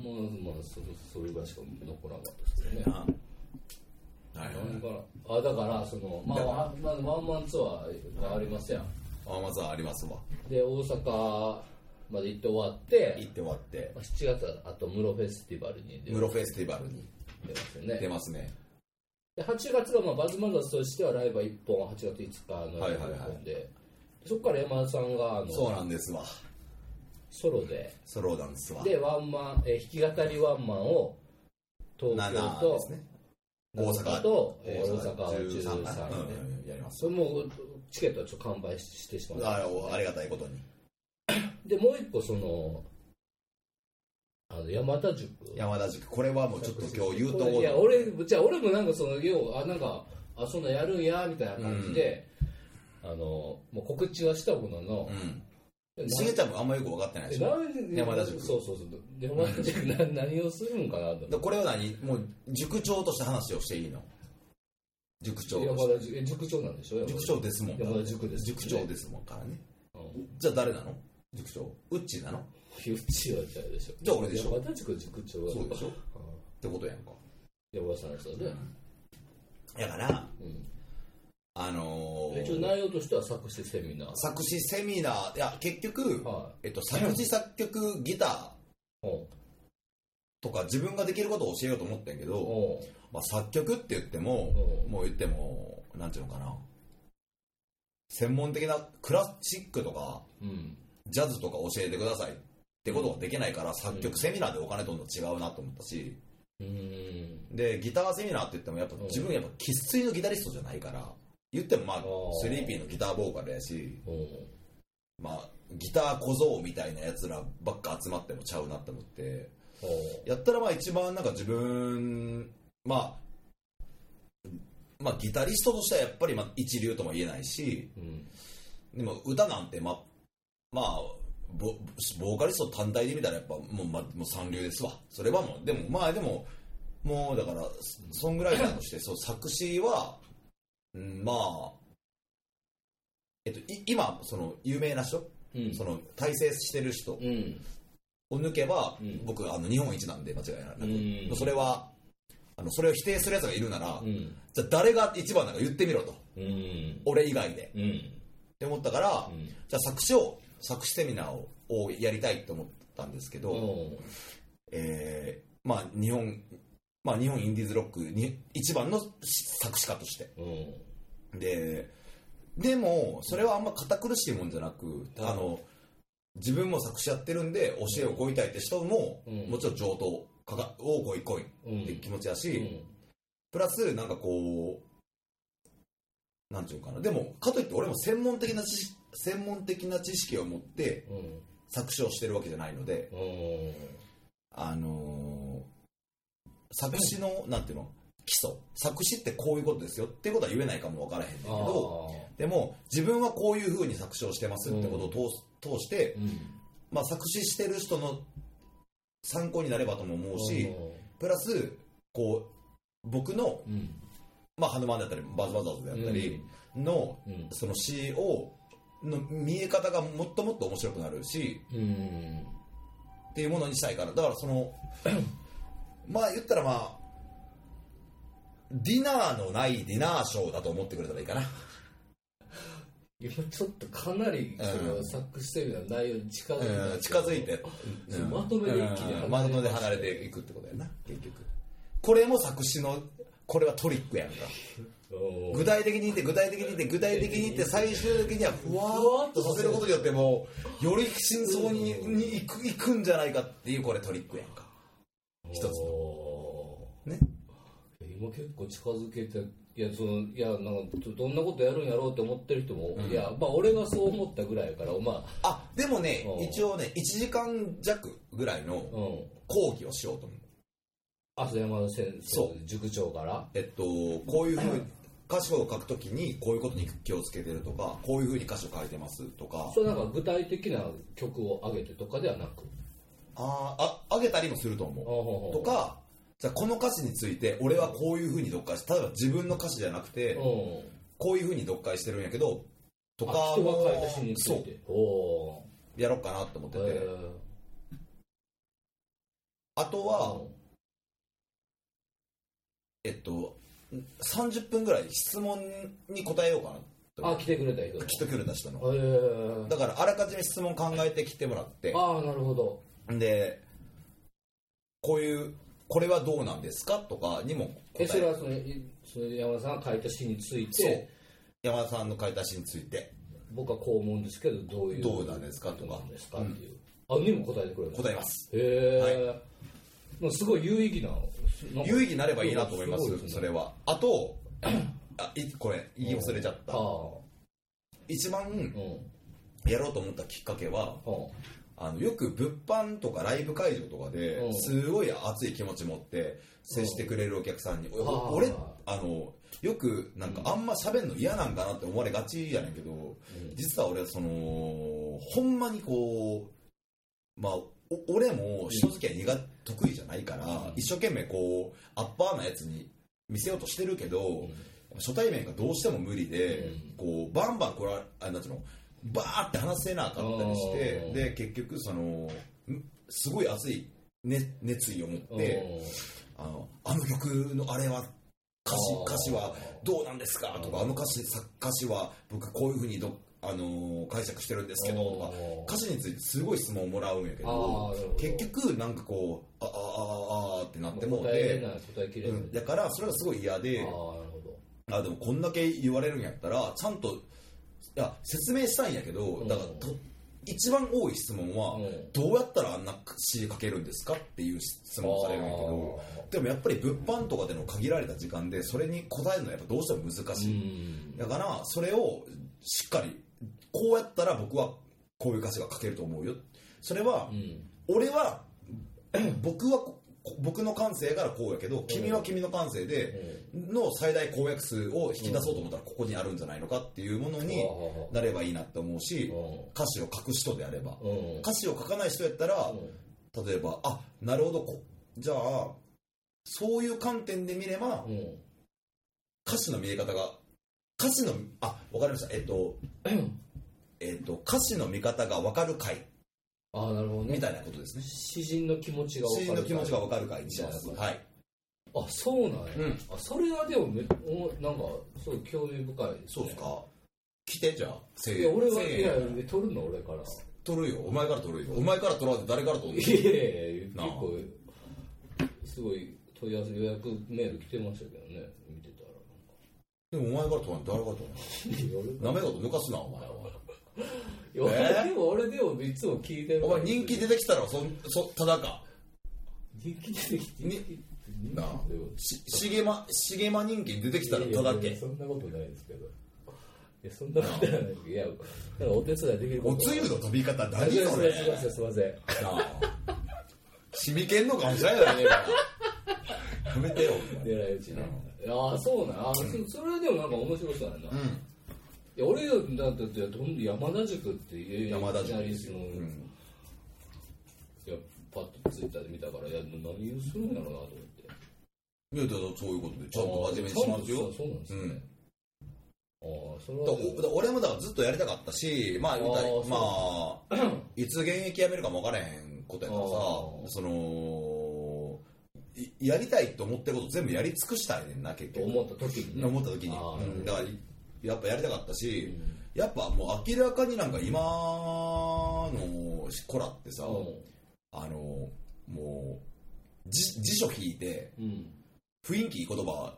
Speaker 3: もうまあそれそれぐらいしか残らなかったですけどね
Speaker 2: なはい
Speaker 3: 何からあだからそのまあワンまあワンマンツアーがありますやん
Speaker 2: あまずはありますわ
Speaker 3: で大阪まで行って終わって
Speaker 2: 行って終わって
Speaker 3: まあ7月あと室フェスティバルに出
Speaker 2: ムロフェスティバルに
Speaker 3: 出ますよ
Speaker 2: 出
Speaker 3: ね
Speaker 2: ますね
Speaker 3: で8月がまあバズマザーズとしてはライブは1本8月5日の
Speaker 2: はいはいはい
Speaker 3: 1本でそっから山田さんがあの
Speaker 2: そうなんですわ
Speaker 3: ソロで
Speaker 2: ソロなんですわ
Speaker 3: でワンマン、えー弾き語りワンマンを東京
Speaker 2: 7
Speaker 3: と
Speaker 2: ですね大阪
Speaker 3: と
Speaker 2: 大
Speaker 3: えー大阪
Speaker 2: 阪
Speaker 3: を
Speaker 2: 13
Speaker 3: 13
Speaker 2: かな
Speaker 3: で、
Speaker 2: うんうんやります
Speaker 3: それもチケットはちょっと完売してしまった
Speaker 2: あありがたいことに
Speaker 3: でもう一個そのあの山田塾
Speaker 2: 山田塾これはもうちょっと今日言うと
Speaker 3: いや俺じゃあ俺もなんかその要はあなんかあそんなんやるんやみたいな感じで、あのもう告知はしたものの
Speaker 2: う、ん
Speaker 3: でな
Speaker 2: しげちゃんもあんまよく分かってないでしょ
Speaker 3: なん
Speaker 2: 山田塾
Speaker 3: そうそうそう山田塾な何をするんかなと
Speaker 2: でこれは何もう塾長として話をしていいの塾長として
Speaker 3: 山田塾え塾長なんでしょ山田
Speaker 2: 塾長ですもん
Speaker 3: 山田塾です
Speaker 2: 塾長ですもんからね
Speaker 3: うん
Speaker 2: じゃあ誰なの塾長うっちーなのっ
Speaker 3: うちはちゃうでしょ
Speaker 2: じゃあ俺でしょ
Speaker 3: 山田塾塾長は
Speaker 2: そうでしょ
Speaker 3: うん
Speaker 2: てことやんか
Speaker 3: 山田さんですよね、
Speaker 2: だから
Speaker 3: うん
Speaker 2: あのー
Speaker 3: 一応内容としては作詞セミナー
Speaker 2: 作詞セミナーいや結局、
Speaker 3: は
Speaker 2: えっと、作詞作曲ギター
Speaker 3: いうん
Speaker 2: とか自分ができることを教えようと思ったんやけど、
Speaker 3: うん
Speaker 2: まあ、作曲って言っても、
Speaker 3: うん
Speaker 2: もう言ってもなんていうのかな専門的なクラシックとか
Speaker 3: うん
Speaker 2: ジャズとか教えてくださいってことができないから作曲セミナーでお金取るの違うなと思ったし
Speaker 3: うーん
Speaker 2: でギターセミナーって言ってもやっぱ
Speaker 3: うん
Speaker 2: 自分やっぱ生粋のギタリストじゃないから言ってもまあ
Speaker 3: あー
Speaker 2: スリーピーのギターボーカルやし、
Speaker 3: うん
Speaker 2: まあ、ギター小僧みたいなやつらばっか集まってもちゃうなと思って
Speaker 3: うん
Speaker 2: やったらまあ一番なんか自分まあまあギタリストとしてはやっぱりまあ一流とも言えないし
Speaker 3: うん
Speaker 2: でも歌なんてまあまあボボーカリスト単体で見たらやっぱもう,、まあ、もう三流ですわそれはもうでもまあでももうだからそソングライターとしてそう作詞はうんまあえっとい今その有名な人
Speaker 3: うん
Speaker 2: その大成してる人
Speaker 3: うん
Speaker 2: を抜けば、
Speaker 3: うん
Speaker 2: 僕あの日本一なんで間違いなく、
Speaker 3: うん
Speaker 2: それはあのそれを否定するやつがいるなら、
Speaker 3: うん
Speaker 2: じゃあ誰が一番なんか言ってみろと
Speaker 3: うん
Speaker 2: 俺以外で
Speaker 3: う
Speaker 2: っ
Speaker 3: ん
Speaker 2: て思ったから、
Speaker 3: うん
Speaker 2: じゃあ作詞を作詞セミナーををやりたいと思ったんですけど、
Speaker 3: うん
Speaker 2: えーまあ日本まあ日本インディーズロックに一番の作詞家として
Speaker 3: うん
Speaker 2: ででもそれはあんま堅苦しいもんじゃなく、あの自分も作詞やってるんで教えを乞いたいって人も、
Speaker 3: うん
Speaker 2: もちろん上等かかを乞い乞いって気持ちやし、プラスなんかこうなんていうかなでもかといって俺も専門的な知識専門的な知識を持って
Speaker 3: うんうん
Speaker 2: 作詞をしてるわけじゃないので、
Speaker 3: うん
Speaker 2: あのー作詞の、なんていうの基礎作詞ってこういうことですよってことは言えないかもわからへんねんけ
Speaker 3: あ
Speaker 2: ど
Speaker 3: ー
Speaker 2: でも自分はこういうふうに作詞をしてますってことを通す通して、
Speaker 3: うん
Speaker 2: まあ、作詞してる人の参考になればとも思うし、プラスこう僕の、
Speaker 3: うん
Speaker 2: まあ、ハヌマンだったりバズバザーズであったりの,、
Speaker 3: うん
Speaker 2: その詞をの見え方がもっともっと面白くなるし
Speaker 3: うん
Speaker 2: っていうものにしたいからだからその まあ言ったらまあディナーのないディナーショーだと思ってくれたらいいかな
Speaker 3: 今ちょっとかなり
Speaker 2: うん
Speaker 3: その作詞セミナーの内容に近づいて、
Speaker 2: うん近づいて、うん
Speaker 3: まとめて一気に離れ
Speaker 2: うんまとめて離れていくってことやな結局これも作詞のこれはトリックやんか
Speaker 3: うん
Speaker 2: 具体的に言って具体的に言って具体的に言って最終的にはふわーっとさせることによってもうより真相ににいくいくんじゃないかっていうこれトリックやんか一つの
Speaker 3: おー
Speaker 2: ね
Speaker 3: 今結構近づけていやそのいやなんかどどんなことやるんやろうって思ってる人も、いやまあ俺がそう思ったぐらいやからまあ
Speaker 2: あでもね
Speaker 3: うん
Speaker 2: 一応ね1時間弱ぐらいの
Speaker 3: うん
Speaker 2: 講義をしようと思う
Speaker 3: 朝山田先
Speaker 2: そ
Speaker 3: 生塾長から
Speaker 2: えっとこういうふうに歌詞を書くときにこういうことに気をつけてるとかこういうふうに歌詞を書いてますとか
Speaker 3: それなんか具体的な曲を上げてとかではなく
Speaker 2: あーああげたりもすると思うとかじゃあこの歌詞について俺はこういうふうに読解して例えば自分の歌詞じゃなくて
Speaker 3: うん
Speaker 2: こういうふうに読解してるんやけどとか
Speaker 3: あ人
Speaker 2: も
Speaker 3: が書いた詩につ
Speaker 2: そ
Speaker 3: いうてお
Speaker 2: やろうかなと思って
Speaker 3: ー
Speaker 2: てあとはえっと30分ぐらい質問に答えようかなと
Speaker 3: あ
Speaker 2: 思
Speaker 3: 来てくれた人
Speaker 2: うきっとくれた人の
Speaker 3: えー
Speaker 2: だからあらかじめ質問考えてきてもらって
Speaker 3: ああなるほど
Speaker 2: でこういうこれはどうなんですかとかにも答
Speaker 3: えそれ
Speaker 2: え
Speaker 3: はそのいその山田さんが書いた詩につい
Speaker 2: そう
Speaker 3: て
Speaker 2: 山田さんの書いた詩について
Speaker 3: 僕はこう思うんですけどどういう
Speaker 2: どうなんですかとか
Speaker 3: どうなんですかっていう、あにも答えてくれるんです
Speaker 2: 答えます
Speaker 3: へえ、もうすごい有意義ななんか
Speaker 2: 有意義になればいいなと思います
Speaker 3: ごです
Speaker 2: そ
Speaker 3: ね
Speaker 2: れはあとあいこれ言い忘れちゃった
Speaker 3: は
Speaker 2: 一番
Speaker 3: あうん
Speaker 2: やろうと思ったきっかけは
Speaker 3: は
Speaker 2: あのよく物販とかライブ会場とかで
Speaker 3: うん
Speaker 2: すごい熱い気持ち持って接してくれるお客さんにお
Speaker 3: あー
Speaker 2: 俺あのよくなんかあんま喋るの嫌なんかなって思われがちやねんけど
Speaker 3: うん
Speaker 2: 実は俺そのほんまにこうまあお俺も人付き合い苦得意じゃないから、
Speaker 3: うん
Speaker 2: 一生懸命こうアッパーなやつに見せようとしてるけど、
Speaker 3: うん
Speaker 2: 初対面がどうしても無理で、
Speaker 3: うん
Speaker 2: こうバンバンこれはあなんていうのバーって話せなかったりして
Speaker 3: うん
Speaker 2: で結局そのんすごい熱い、ね、熱意を持ってあのあの曲のあれは歌詞
Speaker 3: あー
Speaker 2: 歌詞はどうなんですかとか
Speaker 3: うん
Speaker 2: あの歌詞作歌詞は僕こういうふうにど、あのー解釈してるんですけどとか
Speaker 3: うん
Speaker 2: 歌詞についてすごい質問をもらうんやけど
Speaker 3: あーなるほど
Speaker 2: 結局なんかこうあああああってなってもう
Speaker 3: 答えれな
Speaker 2: て
Speaker 3: い答えきれ
Speaker 2: う
Speaker 3: ない、
Speaker 2: んだからそれがすごい嫌
Speaker 3: ああ
Speaker 2: で
Speaker 3: なるほど
Speaker 2: あでもこんだけ言われるんやったらちゃんといや説明したいんやけどだからと一番多い質問は
Speaker 3: うん
Speaker 2: どうやったらあんな詞書けるんですかっていう質問をされるんやけどでもやっぱり物販とかでの限られた時間でそれに答えるのはやっぱどうしても難
Speaker 3: う
Speaker 2: しい、
Speaker 3: ん
Speaker 2: だからそれをしっかりこうやったら僕はこういう歌詞が書けると思うよそれは
Speaker 3: うん
Speaker 2: 俺は 僕はこ僕の感性からこうやけど君は君の感性での最大公約数を引き出そうと思ったらここにあるんじゃないのかっていうものに
Speaker 3: うん
Speaker 2: なればいいなって思うし
Speaker 3: う
Speaker 2: 歌詞を書く人であれば
Speaker 3: んうん
Speaker 2: 歌詞を書かない人やったら例えばあなるほどこじゃあそういう観点で見れば
Speaker 3: うん
Speaker 2: 歌詞の見え方が歌詞のあわかりましたえっとえっと歌詞の見方がわかる回
Speaker 3: ああなるほどね
Speaker 2: みたいなことですね
Speaker 3: 詩人の気持ちが分
Speaker 2: 詩
Speaker 3: か
Speaker 2: 人
Speaker 3: る
Speaker 2: の気持ちがわかる回にしますはい
Speaker 3: あそうなんや、
Speaker 2: うん
Speaker 3: あそれはでもめおなんかすごい興味深いですね
Speaker 2: そうですか来てじゃあせ
Speaker 3: いや俺は
Speaker 2: せー
Speaker 3: いや取るの俺から
Speaker 2: 取るよお前から取るよお前から取らず誰から取る
Speaker 3: いやいやいや結
Speaker 2: なあ
Speaker 3: 構すごい問い合わせ予約メール来てましたけどね見て たら
Speaker 2: でもお前から取らん誰から取
Speaker 3: い
Speaker 2: らんなめ事抜かすなお前は
Speaker 3: や俺
Speaker 2: えー
Speaker 3: でも俺でもいつも聞いてる
Speaker 2: お前人気出てきたらそんそただか
Speaker 3: 人気出てきて
Speaker 2: に
Speaker 3: 人気人気
Speaker 2: なあ
Speaker 3: でも
Speaker 2: し茂間茂間人気出てきたら
Speaker 3: いや
Speaker 2: た
Speaker 3: いや
Speaker 2: だ
Speaker 3: いや
Speaker 2: け
Speaker 3: そんなことないですけどいやそんなことないいやなんかお手伝いできるこ
Speaker 2: お
Speaker 3: と
Speaker 2: つゆの飛び方
Speaker 3: あ
Speaker 2: 何
Speaker 3: すいま
Speaker 2: そ
Speaker 3: せん
Speaker 2: れ
Speaker 3: すいませんすいません
Speaker 2: なあしみけんのかもしれないよねやめてよ
Speaker 3: 狙いうちねああそうなんあーそそれはでもなんか面白そうやな、
Speaker 2: うん
Speaker 3: いや俺だってだってほんと山田塾っていう
Speaker 2: 山田
Speaker 3: ジ
Speaker 2: 塾
Speaker 3: ャニ
Speaker 2: で
Speaker 3: ー
Speaker 2: す
Speaker 3: ズ
Speaker 2: よ
Speaker 3: の、
Speaker 2: うん
Speaker 3: いやパッとツイッターで見たからいや何をするんやろうなと思って
Speaker 2: いやだからそういうことでちゃんと真面目にします
Speaker 3: ちゃん
Speaker 2: よ
Speaker 3: とそうそうなんですね、
Speaker 2: うん
Speaker 3: ああそれ
Speaker 2: だ
Speaker 3: は
Speaker 2: からおだから俺もだからずっとやりたかったしまあ
Speaker 3: あー
Speaker 2: 言うたら
Speaker 3: そう
Speaker 2: ま あいつ現役辞めるかも分からへんことやからさ
Speaker 3: あー
Speaker 2: そのいやりたいと思ってること全部やり尽くしたいねんな結
Speaker 3: と
Speaker 2: 局
Speaker 3: 思った時にね
Speaker 2: 思った時に
Speaker 3: あー
Speaker 2: うんだからやっぱやりたかったし
Speaker 3: うん
Speaker 2: やっぱもう明らかになんか今の子らってさあのもうじ辞書引いて
Speaker 3: うん、うん、
Speaker 2: 雰囲気いい言葉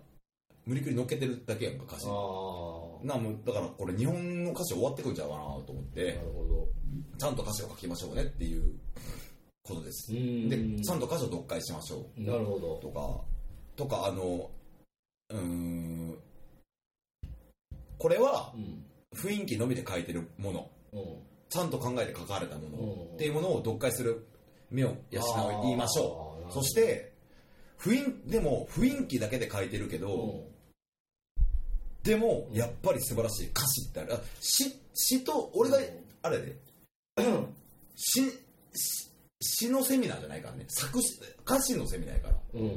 Speaker 2: 無理くり乗っけてるだけやんか歌詞
Speaker 3: ああ
Speaker 2: なもうだからこれ日本の歌詞終わってくんちゃうかなと思っ
Speaker 3: な
Speaker 2: て
Speaker 3: るほど
Speaker 2: ちゃんと歌詞を書きましょうねっていうことです
Speaker 3: うん
Speaker 2: でちゃんと歌詞を読解しましょ
Speaker 3: なるほど
Speaker 2: うとかとかあのうーんこれは
Speaker 3: うん
Speaker 2: 雰囲気のみで書いてるもの
Speaker 3: うん
Speaker 2: ちゃんと考えて書かれたも
Speaker 3: う
Speaker 2: の
Speaker 3: ん
Speaker 2: っていうものを読解する目を養い言いましょ
Speaker 3: あ
Speaker 2: う
Speaker 3: ー
Speaker 2: そして雰囲でも雰囲気だけで書いてるけ
Speaker 3: う
Speaker 2: ど
Speaker 3: ん
Speaker 2: でもやっぱり素晴らしい歌詞ってあるあ詩詩と俺があれやで 詩詩詩のセミナーじゃないからね作詞歌詞のセミナーやから
Speaker 3: うん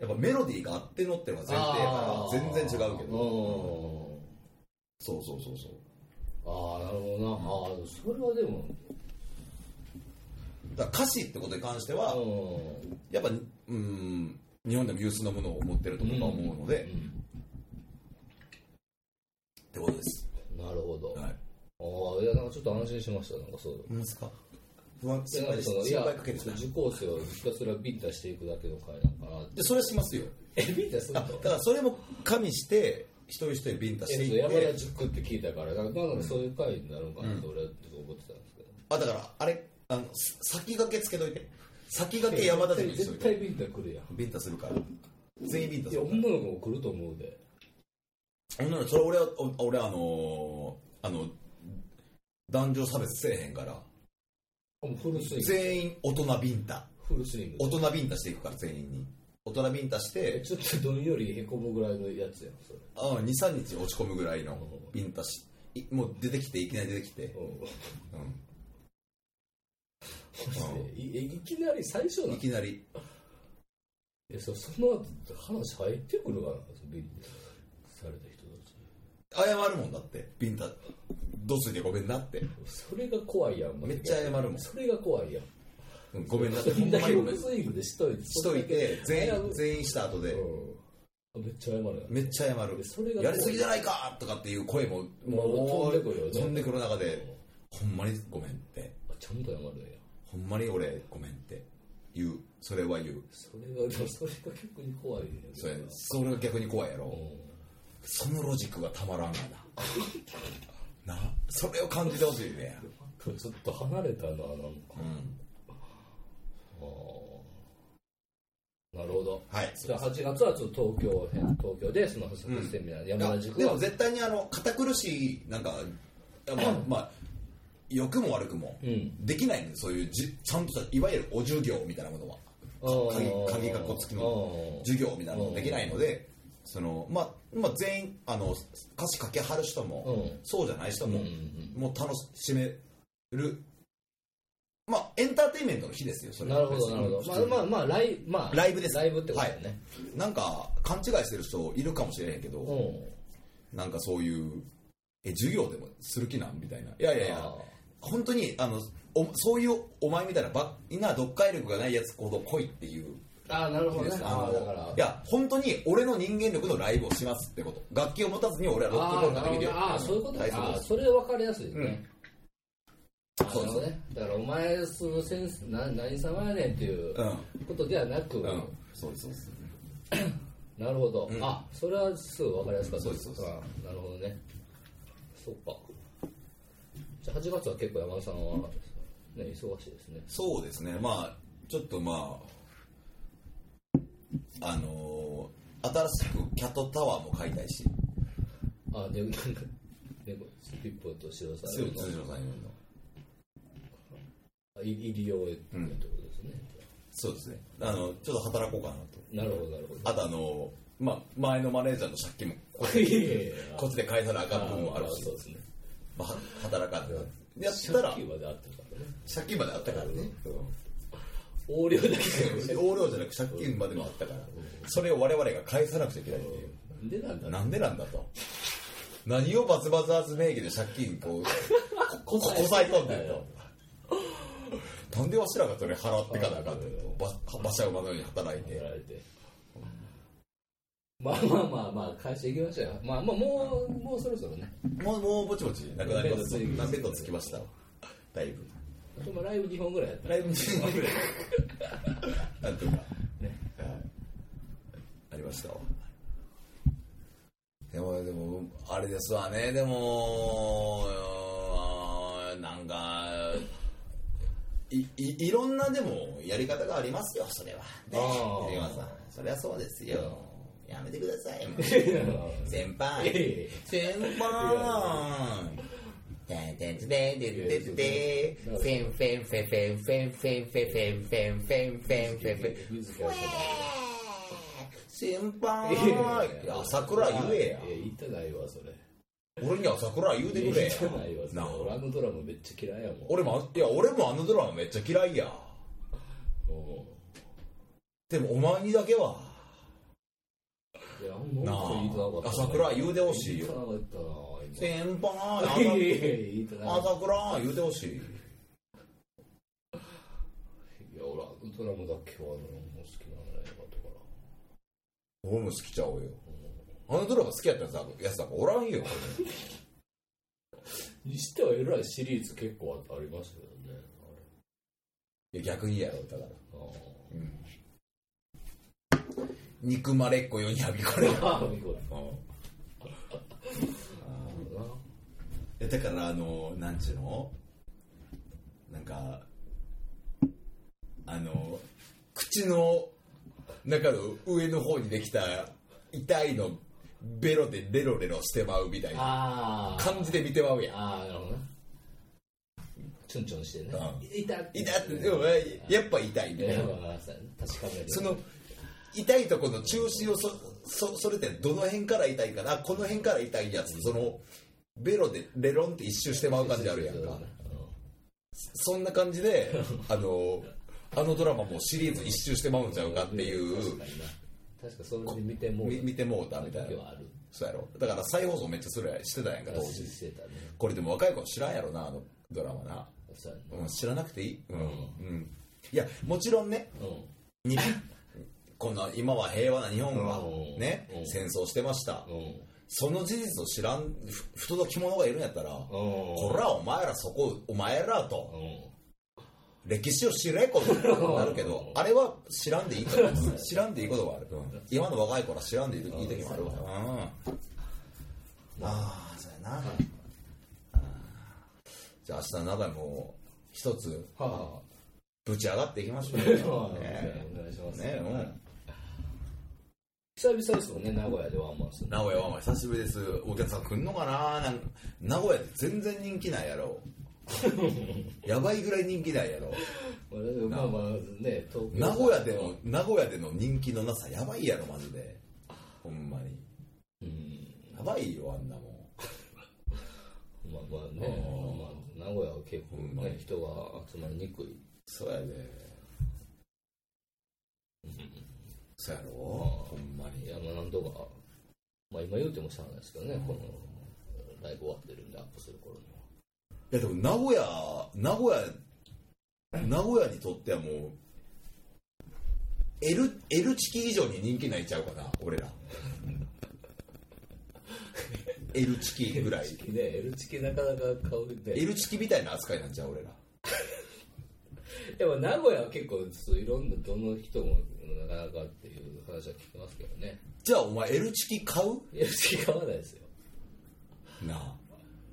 Speaker 2: やっぱメロディーがあってのってのが前提や
Speaker 3: あ
Speaker 2: か
Speaker 3: ー
Speaker 2: ら全然違うけど
Speaker 3: うん
Speaker 2: そうそうそうそう
Speaker 3: ああなるほどなああそれはでも
Speaker 2: だから歌詞ってことに関しては
Speaker 3: う
Speaker 2: やっぱうん日本でも有数のものを持ってると僕は思うので、っ
Speaker 3: ん
Speaker 2: てことです
Speaker 3: なるほど
Speaker 2: はい
Speaker 3: ああいやなんかちょっと安心しましたなんかそう
Speaker 2: なんですか不安
Speaker 3: い
Speaker 2: 心
Speaker 3: やなんか
Speaker 2: 配
Speaker 3: そのいや
Speaker 2: 心配かけてた
Speaker 3: 受講生をひたすらビンタしていくだけの会なんかなって
Speaker 2: でそれはしますよ
Speaker 3: えビンタする
Speaker 2: あ
Speaker 3: の
Speaker 2: だからそれも加味して一人一人ビンタして
Speaker 3: えっと
Speaker 2: いっ
Speaker 3: 山
Speaker 2: て
Speaker 3: 田塾って聞いたから、なんかなんかそういう回になるのかなと俺は思ってたんですけど。
Speaker 2: あだからあれあのす先駆けつけといて先駆け山田塾にしとい
Speaker 3: 絶
Speaker 2: て
Speaker 3: 対ビンタ来るやん。
Speaker 2: ビンタするから全員ビンタ
Speaker 3: い
Speaker 2: す
Speaker 3: や、
Speaker 2: る
Speaker 3: 女
Speaker 2: から
Speaker 3: の子も来ると思うで。
Speaker 2: 女の子それ俺はお俺あのーあの男女差別せえへんから
Speaker 3: もうフルスイング。
Speaker 2: 全員大人ビンタ
Speaker 3: フルスイング
Speaker 2: 大。人ビンタしていくから全員に大人ビンタして
Speaker 3: ちょっとどんよりへこむぐらいのやつやん、それ。
Speaker 2: 23日落ち込むぐらいのビンタしいもう出てきていきなり出てきて、
Speaker 3: う
Speaker 2: うん
Speaker 3: んいいきなり最初ない
Speaker 2: きなり
Speaker 3: えそその後って話入ってくるかなビンされた人たち
Speaker 2: 謝るもんだってビンタどついてごめんなって、
Speaker 3: それが怖いやん
Speaker 2: めっちゃ謝るもん
Speaker 3: それが怖いやん
Speaker 2: うんごめんな って
Speaker 3: み
Speaker 2: ほ
Speaker 3: ん
Speaker 2: ん
Speaker 3: な
Speaker 2: ま
Speaker 3: ヘ
Speaker 2: にご
Speaker 3: ル
Speaker 2: めん
Speaker 3: プ
Speaker 2: し
Speaker 3: スイングでしといてし
Speaker 2: といて全員
Speaker 3: 員
Speaker 2: 全員した後で
Speaker 3: めっちゃ謝るやん
Speaker 2: めっちゃ謝
Speaker 3: それ
Speaker 2: る
Speaker 3: が
Speaker 2: やりすぎじゃないかとかっていう声も
Speaker 3: もう
Speaker 2: もう
Speaker 3: 飛んでくるよね
Speaker 2: 飛んでくる中でほんまにごめんって
Speaker 3: あちゃんと謝るんや
Speaker 2: ほんまに俺ごめんって言うそれは言う
Speaker 3: それがでもそれが逆に怖いね
Speaker 2: それそれが逆に怖いやろ、そのロジックがたまらんがな なそれを感じてほしいね
Speaker 3: うんちょっと離れたななんか
Speaker 2: うん
Speaker 3: あーなるほど
Speaker 2: はい
Speaker 3: じゃあ8月はちょっと東京編東京でその発足セミナー、山田塾
Speaker 2: で
Speaker 3: は
Speaker 2: も絶対にあの堅苦しいなんかまあまあ良くも悪くも、
Speaker 3: ん
Speaker 2: できないんでそういうじちゃんとしたいわゆるお授業みたいなものはか鍵鍵かっこ付きの授業みたいなのできないのでその、まあ、まあ全員あの歌詞書きはる人も、
Speaker 3: うん
Speaker 2: そうじゃない人
Speaker 3: うん
Speaker 2: も、もう楽しめるまあエンターテインメントの日ですよそれ
Speaker 3: なるほどなるほど
Speaker 2: 普
Speaker 3: ま
Speaker 2: 通に
Speaker 3: あまあまあライ,、まあ、
Speaker 2: ライブです
Speaker 3: ライブってことだよね、
Speaker 2: なんか勘違いしてる人いるかもしれへんけど、なんかそういうえ授業でもする気なんみたいないやいやいや
Speaker 3: あー
Speaker 2: 本当にあのおそういうお前みたいなばいな読解力がないやつほど来いっていう
Speaker 3: うんああなるほど
Speaker 2: で
Speaker 3: ね
Speaker 2: す
Speaker 3: あ
Speaker 2: あ
Speaker 3: あだ
Speaker 2: の
Speaker 3: から
Speaker 2: いや本当に俺の人間力のライブをしますってこと楽器を持たずに俺はロック
Speaker 3: あ
Speaker 2: ンロール
Speaker 3: ー
Speaker 2: が
Speaker 3: な
Speaker 2: で
Speaker 3: る
Speaker 2: きる
Speaker 3: ほ
Speaker 2: よ
Speaker 3: どああそういうこと
Speaker 2: 大
Speaker 3: ね
Speaker 2: 切な
Speaker 3: あ
Speaker 2: こ
Speaker 3: あ
Speaker 2: とです
Speaker 3: それ分かりやすいですね、あ
Speaker 2: そう
Speaker 3: なるほどねだからお前そのセンスな何様やねんっていう
Speaker 2: う
Speaker 3: ことではなく、
Speaker 2: うんそうですそうです
Speaker 3: なるほど、
Speaker 2: ん
Speaker 3: あそれはすごい分かりやすかった
Speaker 2: そうですそうです
Speaker 3: あなるほどねそっかじゃあ8月は結構山田さんは、ね、忙しいですね
Speaker 2: そうですねまあちょっとまああのー新しくキャットタワーも買いたいし
Speaker 3: あでなんか猫ピッポと白さ
Speaker 2: 通
Speaker 3: ん
Speaker 2: 常
Speaker 3: の
Speaker 2: さん用の
Speaker 3: あい入り用へってことですね、
Speaker 2: そうですねあのちょっと働こうかなと
Speaker 3: なるほどなるほど
Speaker 2: あとあのーまあ前のマネージャーの借金もこ
Speaker 3: いやいやいや
Speaker 2: こっちで返さなあかん部分もある
Speaker 3: あ
Speaker 2: し
Speaker 3: そう、ですね
Speaker 2: まあ、は働かんってやったら
Speaker 3: 借金まであってるからね
Speaker 2: 借金まであったからね
Speaker 3: 横領だけじゃな
Speaker 2: うん横領じゃなく借金までもあったからそれを我々が返さなくちゃいけないっていう
Speaker 3: いでなんだ
Speaker 2: なんでなんだと何をバツバツアーズ名義で借金こうこここさえ込んでるとなんでわしらがそれ払ってかなあかんねんとば馬車馬のように働い
Speaker 3: や
Speaker 2: て
Speaker 3: られてまあまあまあまあ返していきましょうよまあまあもうもうそろそろね
Speaker 2: もうもうぼちぼちなくなります
Speaker 3: ベッドつい
Speaker 2: なベッドつきましただいぶ
Speaker 3: あとまあライブ2本ぐらいやったら
Speaker 2: ライブ中ぐらいなんとか
Speaker 3: ね
Speaker 2: はいありましたわでもでもあれですわねでもうーんなんかいいいろんなでもやり方がありますよそれは
Speaker 3: あー
Speaker 2: ね山さんそれはそうですよやめてくださいもう先
Speaker 3: いやいや
Speaker 2: 輩
Speaker 3: い
Speaker 2: 先輩てんてんてんてんてんてんてんフェンフェンフェンフェンフェンフェンフェンフェンフェンフェンフェンフェンフェン
Speaker 3: 水木やった
Speaker 2: 先輩いや朝倉言えや
Speaker 3: いや言ってないわそれ
Speaker 2: 俺に朝倉言うてくれ
Speaker 3: 言ってないわ
Speaker 2: や
Speaker 3: それ
Speaker 2: なあ
Speaker 3: 俺あのドラマめっちゃ嫌いやもん
Speaker 2: 俺もいや俺もあのドラマめっちゃ嫌いや
Speaker 3: う
Speaker 2: でもお前にだけは
Speaker 3: んいやあんま本当に言いたなかった
Speaker 2: なあ朝倉言うてほしいよ
Speaker 3: 言いたなかったな
Speaker 2: 先
Speaker 3: 今いやい
Speaker 2: 輩
Speaker 3: や いや言いたなかった
Speaker 2: 朝倉言うてほしい
Speaker 3: いや俺あのドラマだけはあのもう好きなのよかったから
Speaker 2: 俺も好きちゃうよあのドラマ好きやったやつなんかやつなんかおらんよ
Speaker 3: にしてはえらいシリーズ結構ありますけどね
Speaker 2: いや逆にやろだから
Speaker 3: あれあー
Speaker 2: 憎まれっ子よにはびこれ
Speaker 3: あーこれ
Speaker 2: うえだからあのなんちゅうのなんかあの口の中の上の方にできた痛いのベロでレロレロしてまうみたいな
Speaker 3: ああ
Speaker 2: 感じで見てまうやん
Speaker 3: ああなるほどなチュンチュンしてね
Speaker 2: う
Speaker 3: 痛っ
Speaker 2: 痛ってでもえやっぱ痛いみたい
Speaker 3: え
Speaker 2: な
Speaker 3: ーまあ確かめる
Speaker 2: その痛いとこの中心をそそそれってどの辺から痛いかなこの辺から痛いやつそのベロでレロンって一周してまう感じあるやんかそんな感じ であのあのドラマもシリーズ一周してまうんちゃうかっていう
Speaker 3: 確かにな確かそれで見ても
Speaker 2: み見てもうたみたい
Speaker 3: 時
Speaker 2: な
Speaker 3: はある
Speaker 2: そうやろだから再放送めっちゃするやんしてたやんか当時
Speaker 3: してたね
Speaker 2: これでも若い子知らんやろなあのドラマな、
Speaker 3: そうや
Speaker 2: うん、知らなくていいうん、うん、いやもちろんね
Speaker 3: なうん
Speaker 2: にこの今は平和な日本が
Speaker 3: うん
Speaker 2: ね
Speaker 3: うん
Speaker 2: 戦争してました
Speaker 3: うん
Speaker 2: その事実を知らんふ不届き者がいるんやったら
Speaker 3: う
Speaker 2: こらお前らそこお前らと
Speaker 3: ん
Speaker 2: 歴史を知れこになるけどあれは知らんでいいと思う知らんでいいことがある、うん今の若い子ら知らんでいい時いい時もあるわうんああそうやな、あーじゃあ明日の中でもう一つ
Speaker 3: は
Speaker 2: ぶち上がっていきましょ う
Speaker 3: あ
Speaker 2: ね
Speaker 3: お願いします
Speaker 2: ねうん
Speaker 3: 久々ですもんね名古屋でワンマンする
Speaker 2: 名古屋は久しぶりですお客さん来んのかななん名古屋って全然人気ないやろやばいぐらい人気ないやろ
Speaker 3: まあまあね東京
Speaker 2: 名古屋での名古屋での人気のなさやばいやろマジでほんまに
Speaker 3: うん
Speaker 2: やばいよあんなも
Speaker 3: まあまあねまあ名古屋は結構ね人が集まりにくい
Speaker 2: んそうやでそうやろほんまに
Speaker 3: 山なんとかまあ今言うてもしゃあないですけどねこのライブ終わってるんでアップする頃にはい
Speaker 2: やでも名古屋名古屋名古屋にとってはもう L, L チキ以上に人気ないちゃうかな俺ら L チキぐらい
Speaker 3: ね L チキなかなか顔で
Speaker 2: L チキみたいな扱いなんちゃう俺ら
Speaker 3: でも名古屋は結構そういろんなどの人もなかなかっていう話は聞きますけどね
Speaker 2: じゃあお前 L チキ買う
Speaker 3: L チキ買わないですよ
Speaker 2: なあ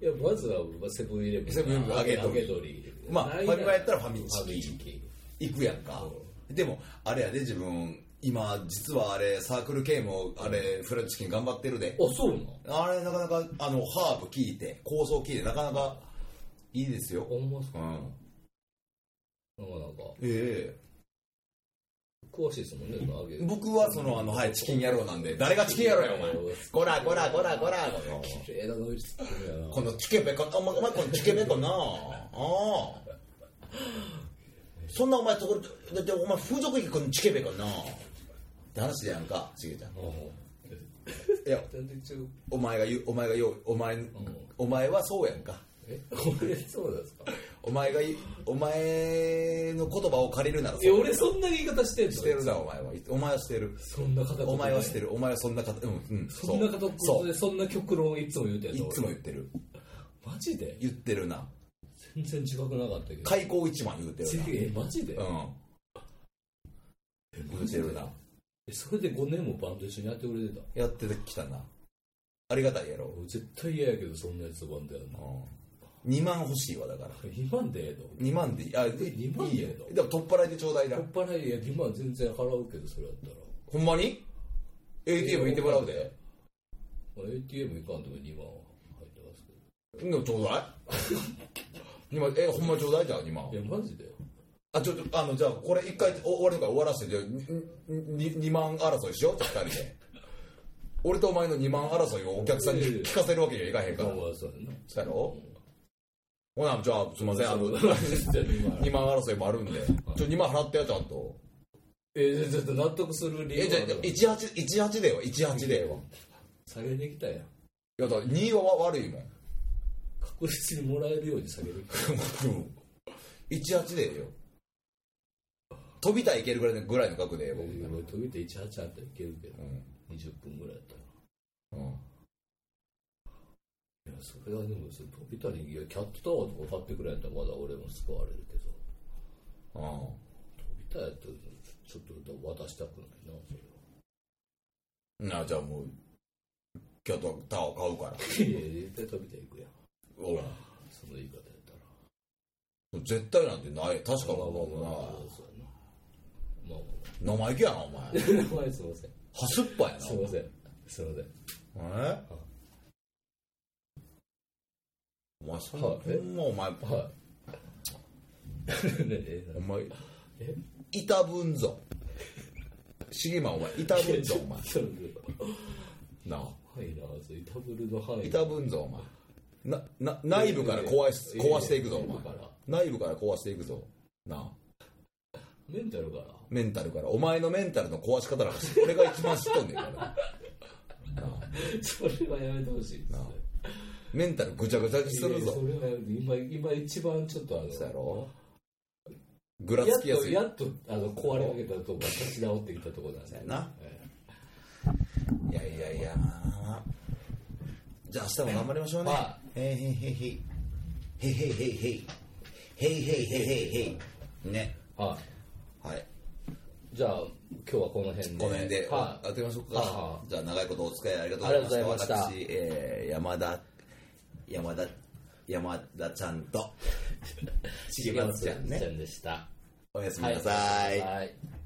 Speaker 3: いやまずはセブンイレブン
Speaker 2: セブンイレブン揚げ
Speaker 3: 揚
Speaker 2: 鶏
Speaker 3: げ鶏
Speaker 2: まあ
Speaker 3: ないな
Speaker 2: ファミマやったらファミチキ
Speaker 3: ファミチキ
Speaker 2: 行くやんかでもあれやで自分今実はあれサークル系もあれフライドチキン頑張ってるで
Speaker 3: あそうなの
Speaker 2: あれなかなかあのハーブ効いて香草効いてなかなかいいですよ
Speaker 3: ほんまっす
Speaker 2: う
Speaker 3: か
Speaker 2: ん
Speaker 3: なんかなんか
Speaker 2: え
Speaker 3: 詳しいですもんねその揚げ
Speaker 2: え僕はそのあのはいチキン野郎なんで誰がチキン野郎やお前こらこらこらこらこの
Speaker 3: 綺麗なのりつってるやな
Speaker 2: このチケベコお前お前このチケベコなああそんなお前ところだってお前風俗行くのチケベコなって話でやんかしげちゃん
Speaker 3: うん
Speaker 2: いや
Speaker 3: 全然違う
Speaker 2: お前が言うお前がよお前、お前はそうやんか
Speaker 3: えこれそうなんですか
Speaker 2: お前が言うお前の言葉を借りるなら
Speaker 3: いや俺そんな言い方してんの
Speaker 2: してるなお前はお前はしてる
Speaker 3: そんな方
Speaker 2: お前はしててるお前はそんな方うんうん
Speaker 3: そんな方
Speaker 2: そ
Speaker 3: で
Speaker 2: う
Speaker 3: そんな極論いつも言うてん
Speaker 2: い
Speaker 3: の
Speaker 2: つも言ってる
Speaker 3: 俺マジで
Speaker 2: 言ってるな
Speaker 3: 全然違くなかったけど
Speaker 2: 開口一番言うてる
Speaker 3: えマジで、
Speaker 2: なうん言ってるな
Speaker 3: えそれで5年もバンド一緒にやってくれてた
Speaker 2: やってきたなありがたいやろ、
Speaker 3: 俺絶対嫌やけどそんなやつバンドやるの
Speaker 2: うん、2万欲しいわだから
Speaker 3: 2万でええの
Speaker 2: 2万でいいあで
Speaker 3: 2万
Speaker 2: いいよ
Speaker 3: でええ
Speaker 2: でも取っ払いでちょうだいな
Speaker 3: 酔っ払いや2万全然払うけどそれやったら
Speaker 2: ほんまに ?ATM 行ってもらうで。
Speaker 3: 俺 ATM 行かんとか2万は入ってますけ
Speaker 2: でもちょう だい今え、ほんまちょうだいじゃん、今。
Speaker 3: どいやマジで
Speaker 2: あ、ちょっと、あの、じゃあ、これ一回お終わるから終わらせて、じゃあ、2万争いしよう、じゃあ二人で。俺とお前の2万争いをお客さんに
Speaker 3: いやいや
Speaker 2: 聞かせるわけにはいかへんから。
Speaker 3: まあそうやな
Speaker 2: そうやろほな、じゃあ、すいません、あの、
Speaker 3: 2万
Speaker 2: 2万争いもあるんで、ちょ、2万払ってよ、ちゃんと。
Speaker 3: えちょっと納得する理
Speaker 2: え、
Speaker 3: 由
Speaker 2: じゃ
Speaker 3: は
Speaker 2: あ、じゃあ18、18でよ、18でよ。
Speaker 3: 下げてきたやん
Speaker 2: いや、だから2は悪いもん。
Speaker 3: 確実にもらえるように下げてきた
Speaker 2: 18でええよ飛びたいけるぐらいのぐらいの額でええ
Speaker 3: 俺
Speaker 2: 僕、
Speaker 3: 飛びて18あったらいけるけど
Speaker 2: うん
Speaker 3: 20分ぐらいやったら
Speaker 2: うん
Speaker 3: いやそれはでもそれ飛びたりいやキャットタワーとか買ってくれんやったらまだ俺も救われるけど
Speaker 2: うん
Speaker 3: 飛びたいやったらちょっと渡したくないなそれは
Speaker 2: なあじゃあもう今日タワー買うから
Speaker 3: いや絶対飛びたい行くやん
Speaker 2: お
Speaker 3: その言い方やったら
Speaker 2: 絶対なんてない確かに
Speaker 3: まあまあまあまあ
Speaker 2: お
Speaker 3: そうやなまあ
Speaker 2: 前生意気やなお前は
Speaker 3: まあ まあはいすいません
Speaker 2: すっぱやな
Speaker 3: すいませんすいません
Speaker 2: えお前そんな
Speaker 3: はいえ
Speaker 2: ほんまお前
Speaker 3: はいねえ
Speaker 2: お前
Speaker 3: え
Speaker 2: いたぶんぞシゲマンお前いたぶんぞお前
Speaker 3: そうです
Speaker 2: なあ
Speaker 3: はいなそういたぶるの範囲
Speaker 2: いたぶんぞお前なな内部から壊し壊していくぞお
Speaker 3: 内
Speaker 2: 前
Speaker 3: 部から
Speaker 2: 内部から壊していくぞなあ
Speaker 3: メンタルから
Speaker 2: メンタルからお前のメンタルの壊し方なんか 俺が一番知っとんねんからなあ
Speaker 3: それはやめてほしいですね
Speaker 2: メンタルぐちゃぐちゃにする
Speaker 3: いや
Speaker 2: ぞ
Speaker 3: それはやめて今今一番ちょっとあの
Speaker 2: そうやろぐら
Speaker 3: や
Speaker 2: つ
Speaker 3: っ
Speaker 2: きや
Speaker 3: と
Speaker 2: すい
Speaker 3: やっとあの壊れかけたとこが立ち直ってきたとこなんですよね
Speaker 2: な
Speaker 3: ええ
Speaker 2: いやいやいやじゃあ明日も頑張りましょうね
Speaker 3: は
Speaker 2: へいへいへいへいへいへいへいへいへいへいへいへいへいね
Speaker 3: は
Speaker 2: はい
Speaker 3: いじゃあ今日はこの辺で
Speaker 2: この辺で
Speaker 3: は
Speaker 2: 当てましょう
Speaker 3: はい
Speaker 2: か
Speaker 3: は
Speaker 2: じゃあ長いことお付き合いありがとうございました
Speaker 3: ありがとうございま
Speaker 2: 私、えー山田山田山田ちゃん と
Speaker 3: い
Speaker 2: 重松ちゃんね
Speaker 3: でした
Speaker 2: おやすみ
Speaker 3: はい
Speaker 2: なさい
Speaker 3: はい